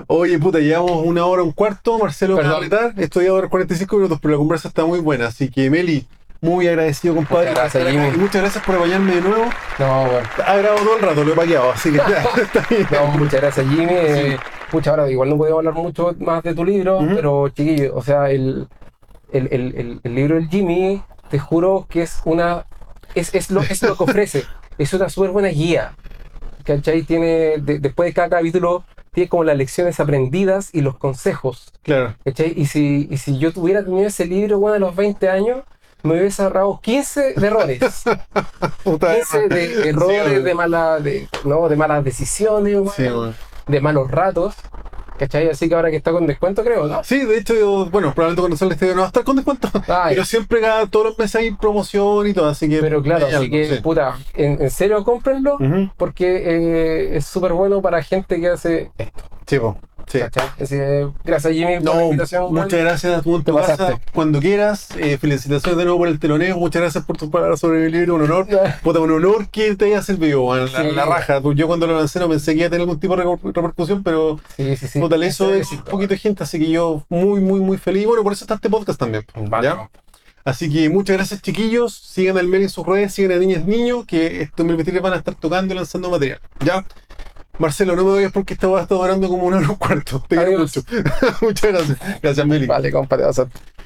S1: Oye, puta, llevamos una hora, un cuarto. Marcelo, me va a
S2: Perdón.
S1: apretar. Estoy ahora 45 minutos, pero la conversa está muy buena. Así que, Meli, muy agradecido, compadre.
S2: Muchas gracias,
S1: Y
S2: Jimmy.
S1: muchas gracias por acompañarme de nuevo.
S2: No, weón.
S1: Ha grabado todo el rato, lo he paqueado, así que ya, está bien.
S2: No, muchas gracias, Jimmy. Eh, pucha, ahora igual no podemos hablar mucho más de tu libro,
S1: Ujú.
S2: pero chiquillo, o sea, el, el, el, el- el libro del Jimmy, te juro que es una. Es, es, lo, es lo que ofrece. Es una súper buena guía. ¿Cachai? Tiene, de- después de cada capítulo, tiene como las lecciones aprendidas y los consejos.
S1: Claro,
S2: ¿Cachai? Y si, y si yo tuviera tenido ese libro, bueno, a los 20 años, me hubiese ahorrado 15 de errores.
S1: puta.
S2: 15 de
S1: Sí,
S2: errores,
S1: weón.
S2: de, mala, de, no, de malas decisiones, weón
S1: Sí, weón.
S2: de malos ratos. ¿Cachai? Así que ahora que está con descuento, creo, ¿no?
S1: Sí, de hecho, yo, bueno, probablemente cuando salga este video no va a estar con descuento.
S2: Ay.
S1: Pero siempre cada, todos los meses hay promoción y todo, así que.
S2: Pero claro,
S1: hay
S2: así
S1: algo,
S2: que,
S1: sí. Mm.
S2: puta, en, en serio, cómprenlo.
S1: Ujú.
S2: Porque eh, es súper bueno para gente que hace esto.
S1: Sí, po. sí.
S2: ¿cachai? Así que, gracias, Jimmy, por la
S1: No,
S2: invitación. weón.
S1: muchas gracias tú en tu
S2: Te
S1: casa,
S2: pasaste.
S1: cuando quieras. Eh, felicitaciones de nuevo por el teloneo. Muchas gracias por tus palabras sobre mi libro. Un honor. Puta, un honor que te haya servido, weón. La,
S2: Sí.
S1: la raja. Tú- Yo cuando lo lancé no pensé que iba a tener algún tipo de reper- repercusión, pero
S2: Sí, sí, sí.
S1: total, eso es un poquito de gente. Así que yo muy, muy, muy feliz. Bueno, por eso está este podcast también.
S2: Vale.
S1: ¿ya? Así que muchas gracias, chiquillos. Sigan al Mel en sus redes, sigan a Niñas Niños, que estos 2023 van a estar tocando y lanzando material. ¿Ya? Marcelo, no me vayas porque esta va a estar durando como una hora y un cuarto. Te quiero
S2: Adiós.
S1: mucho. muchas gracias. Gracias, Meli.
S2: Vale, compadre, vas a-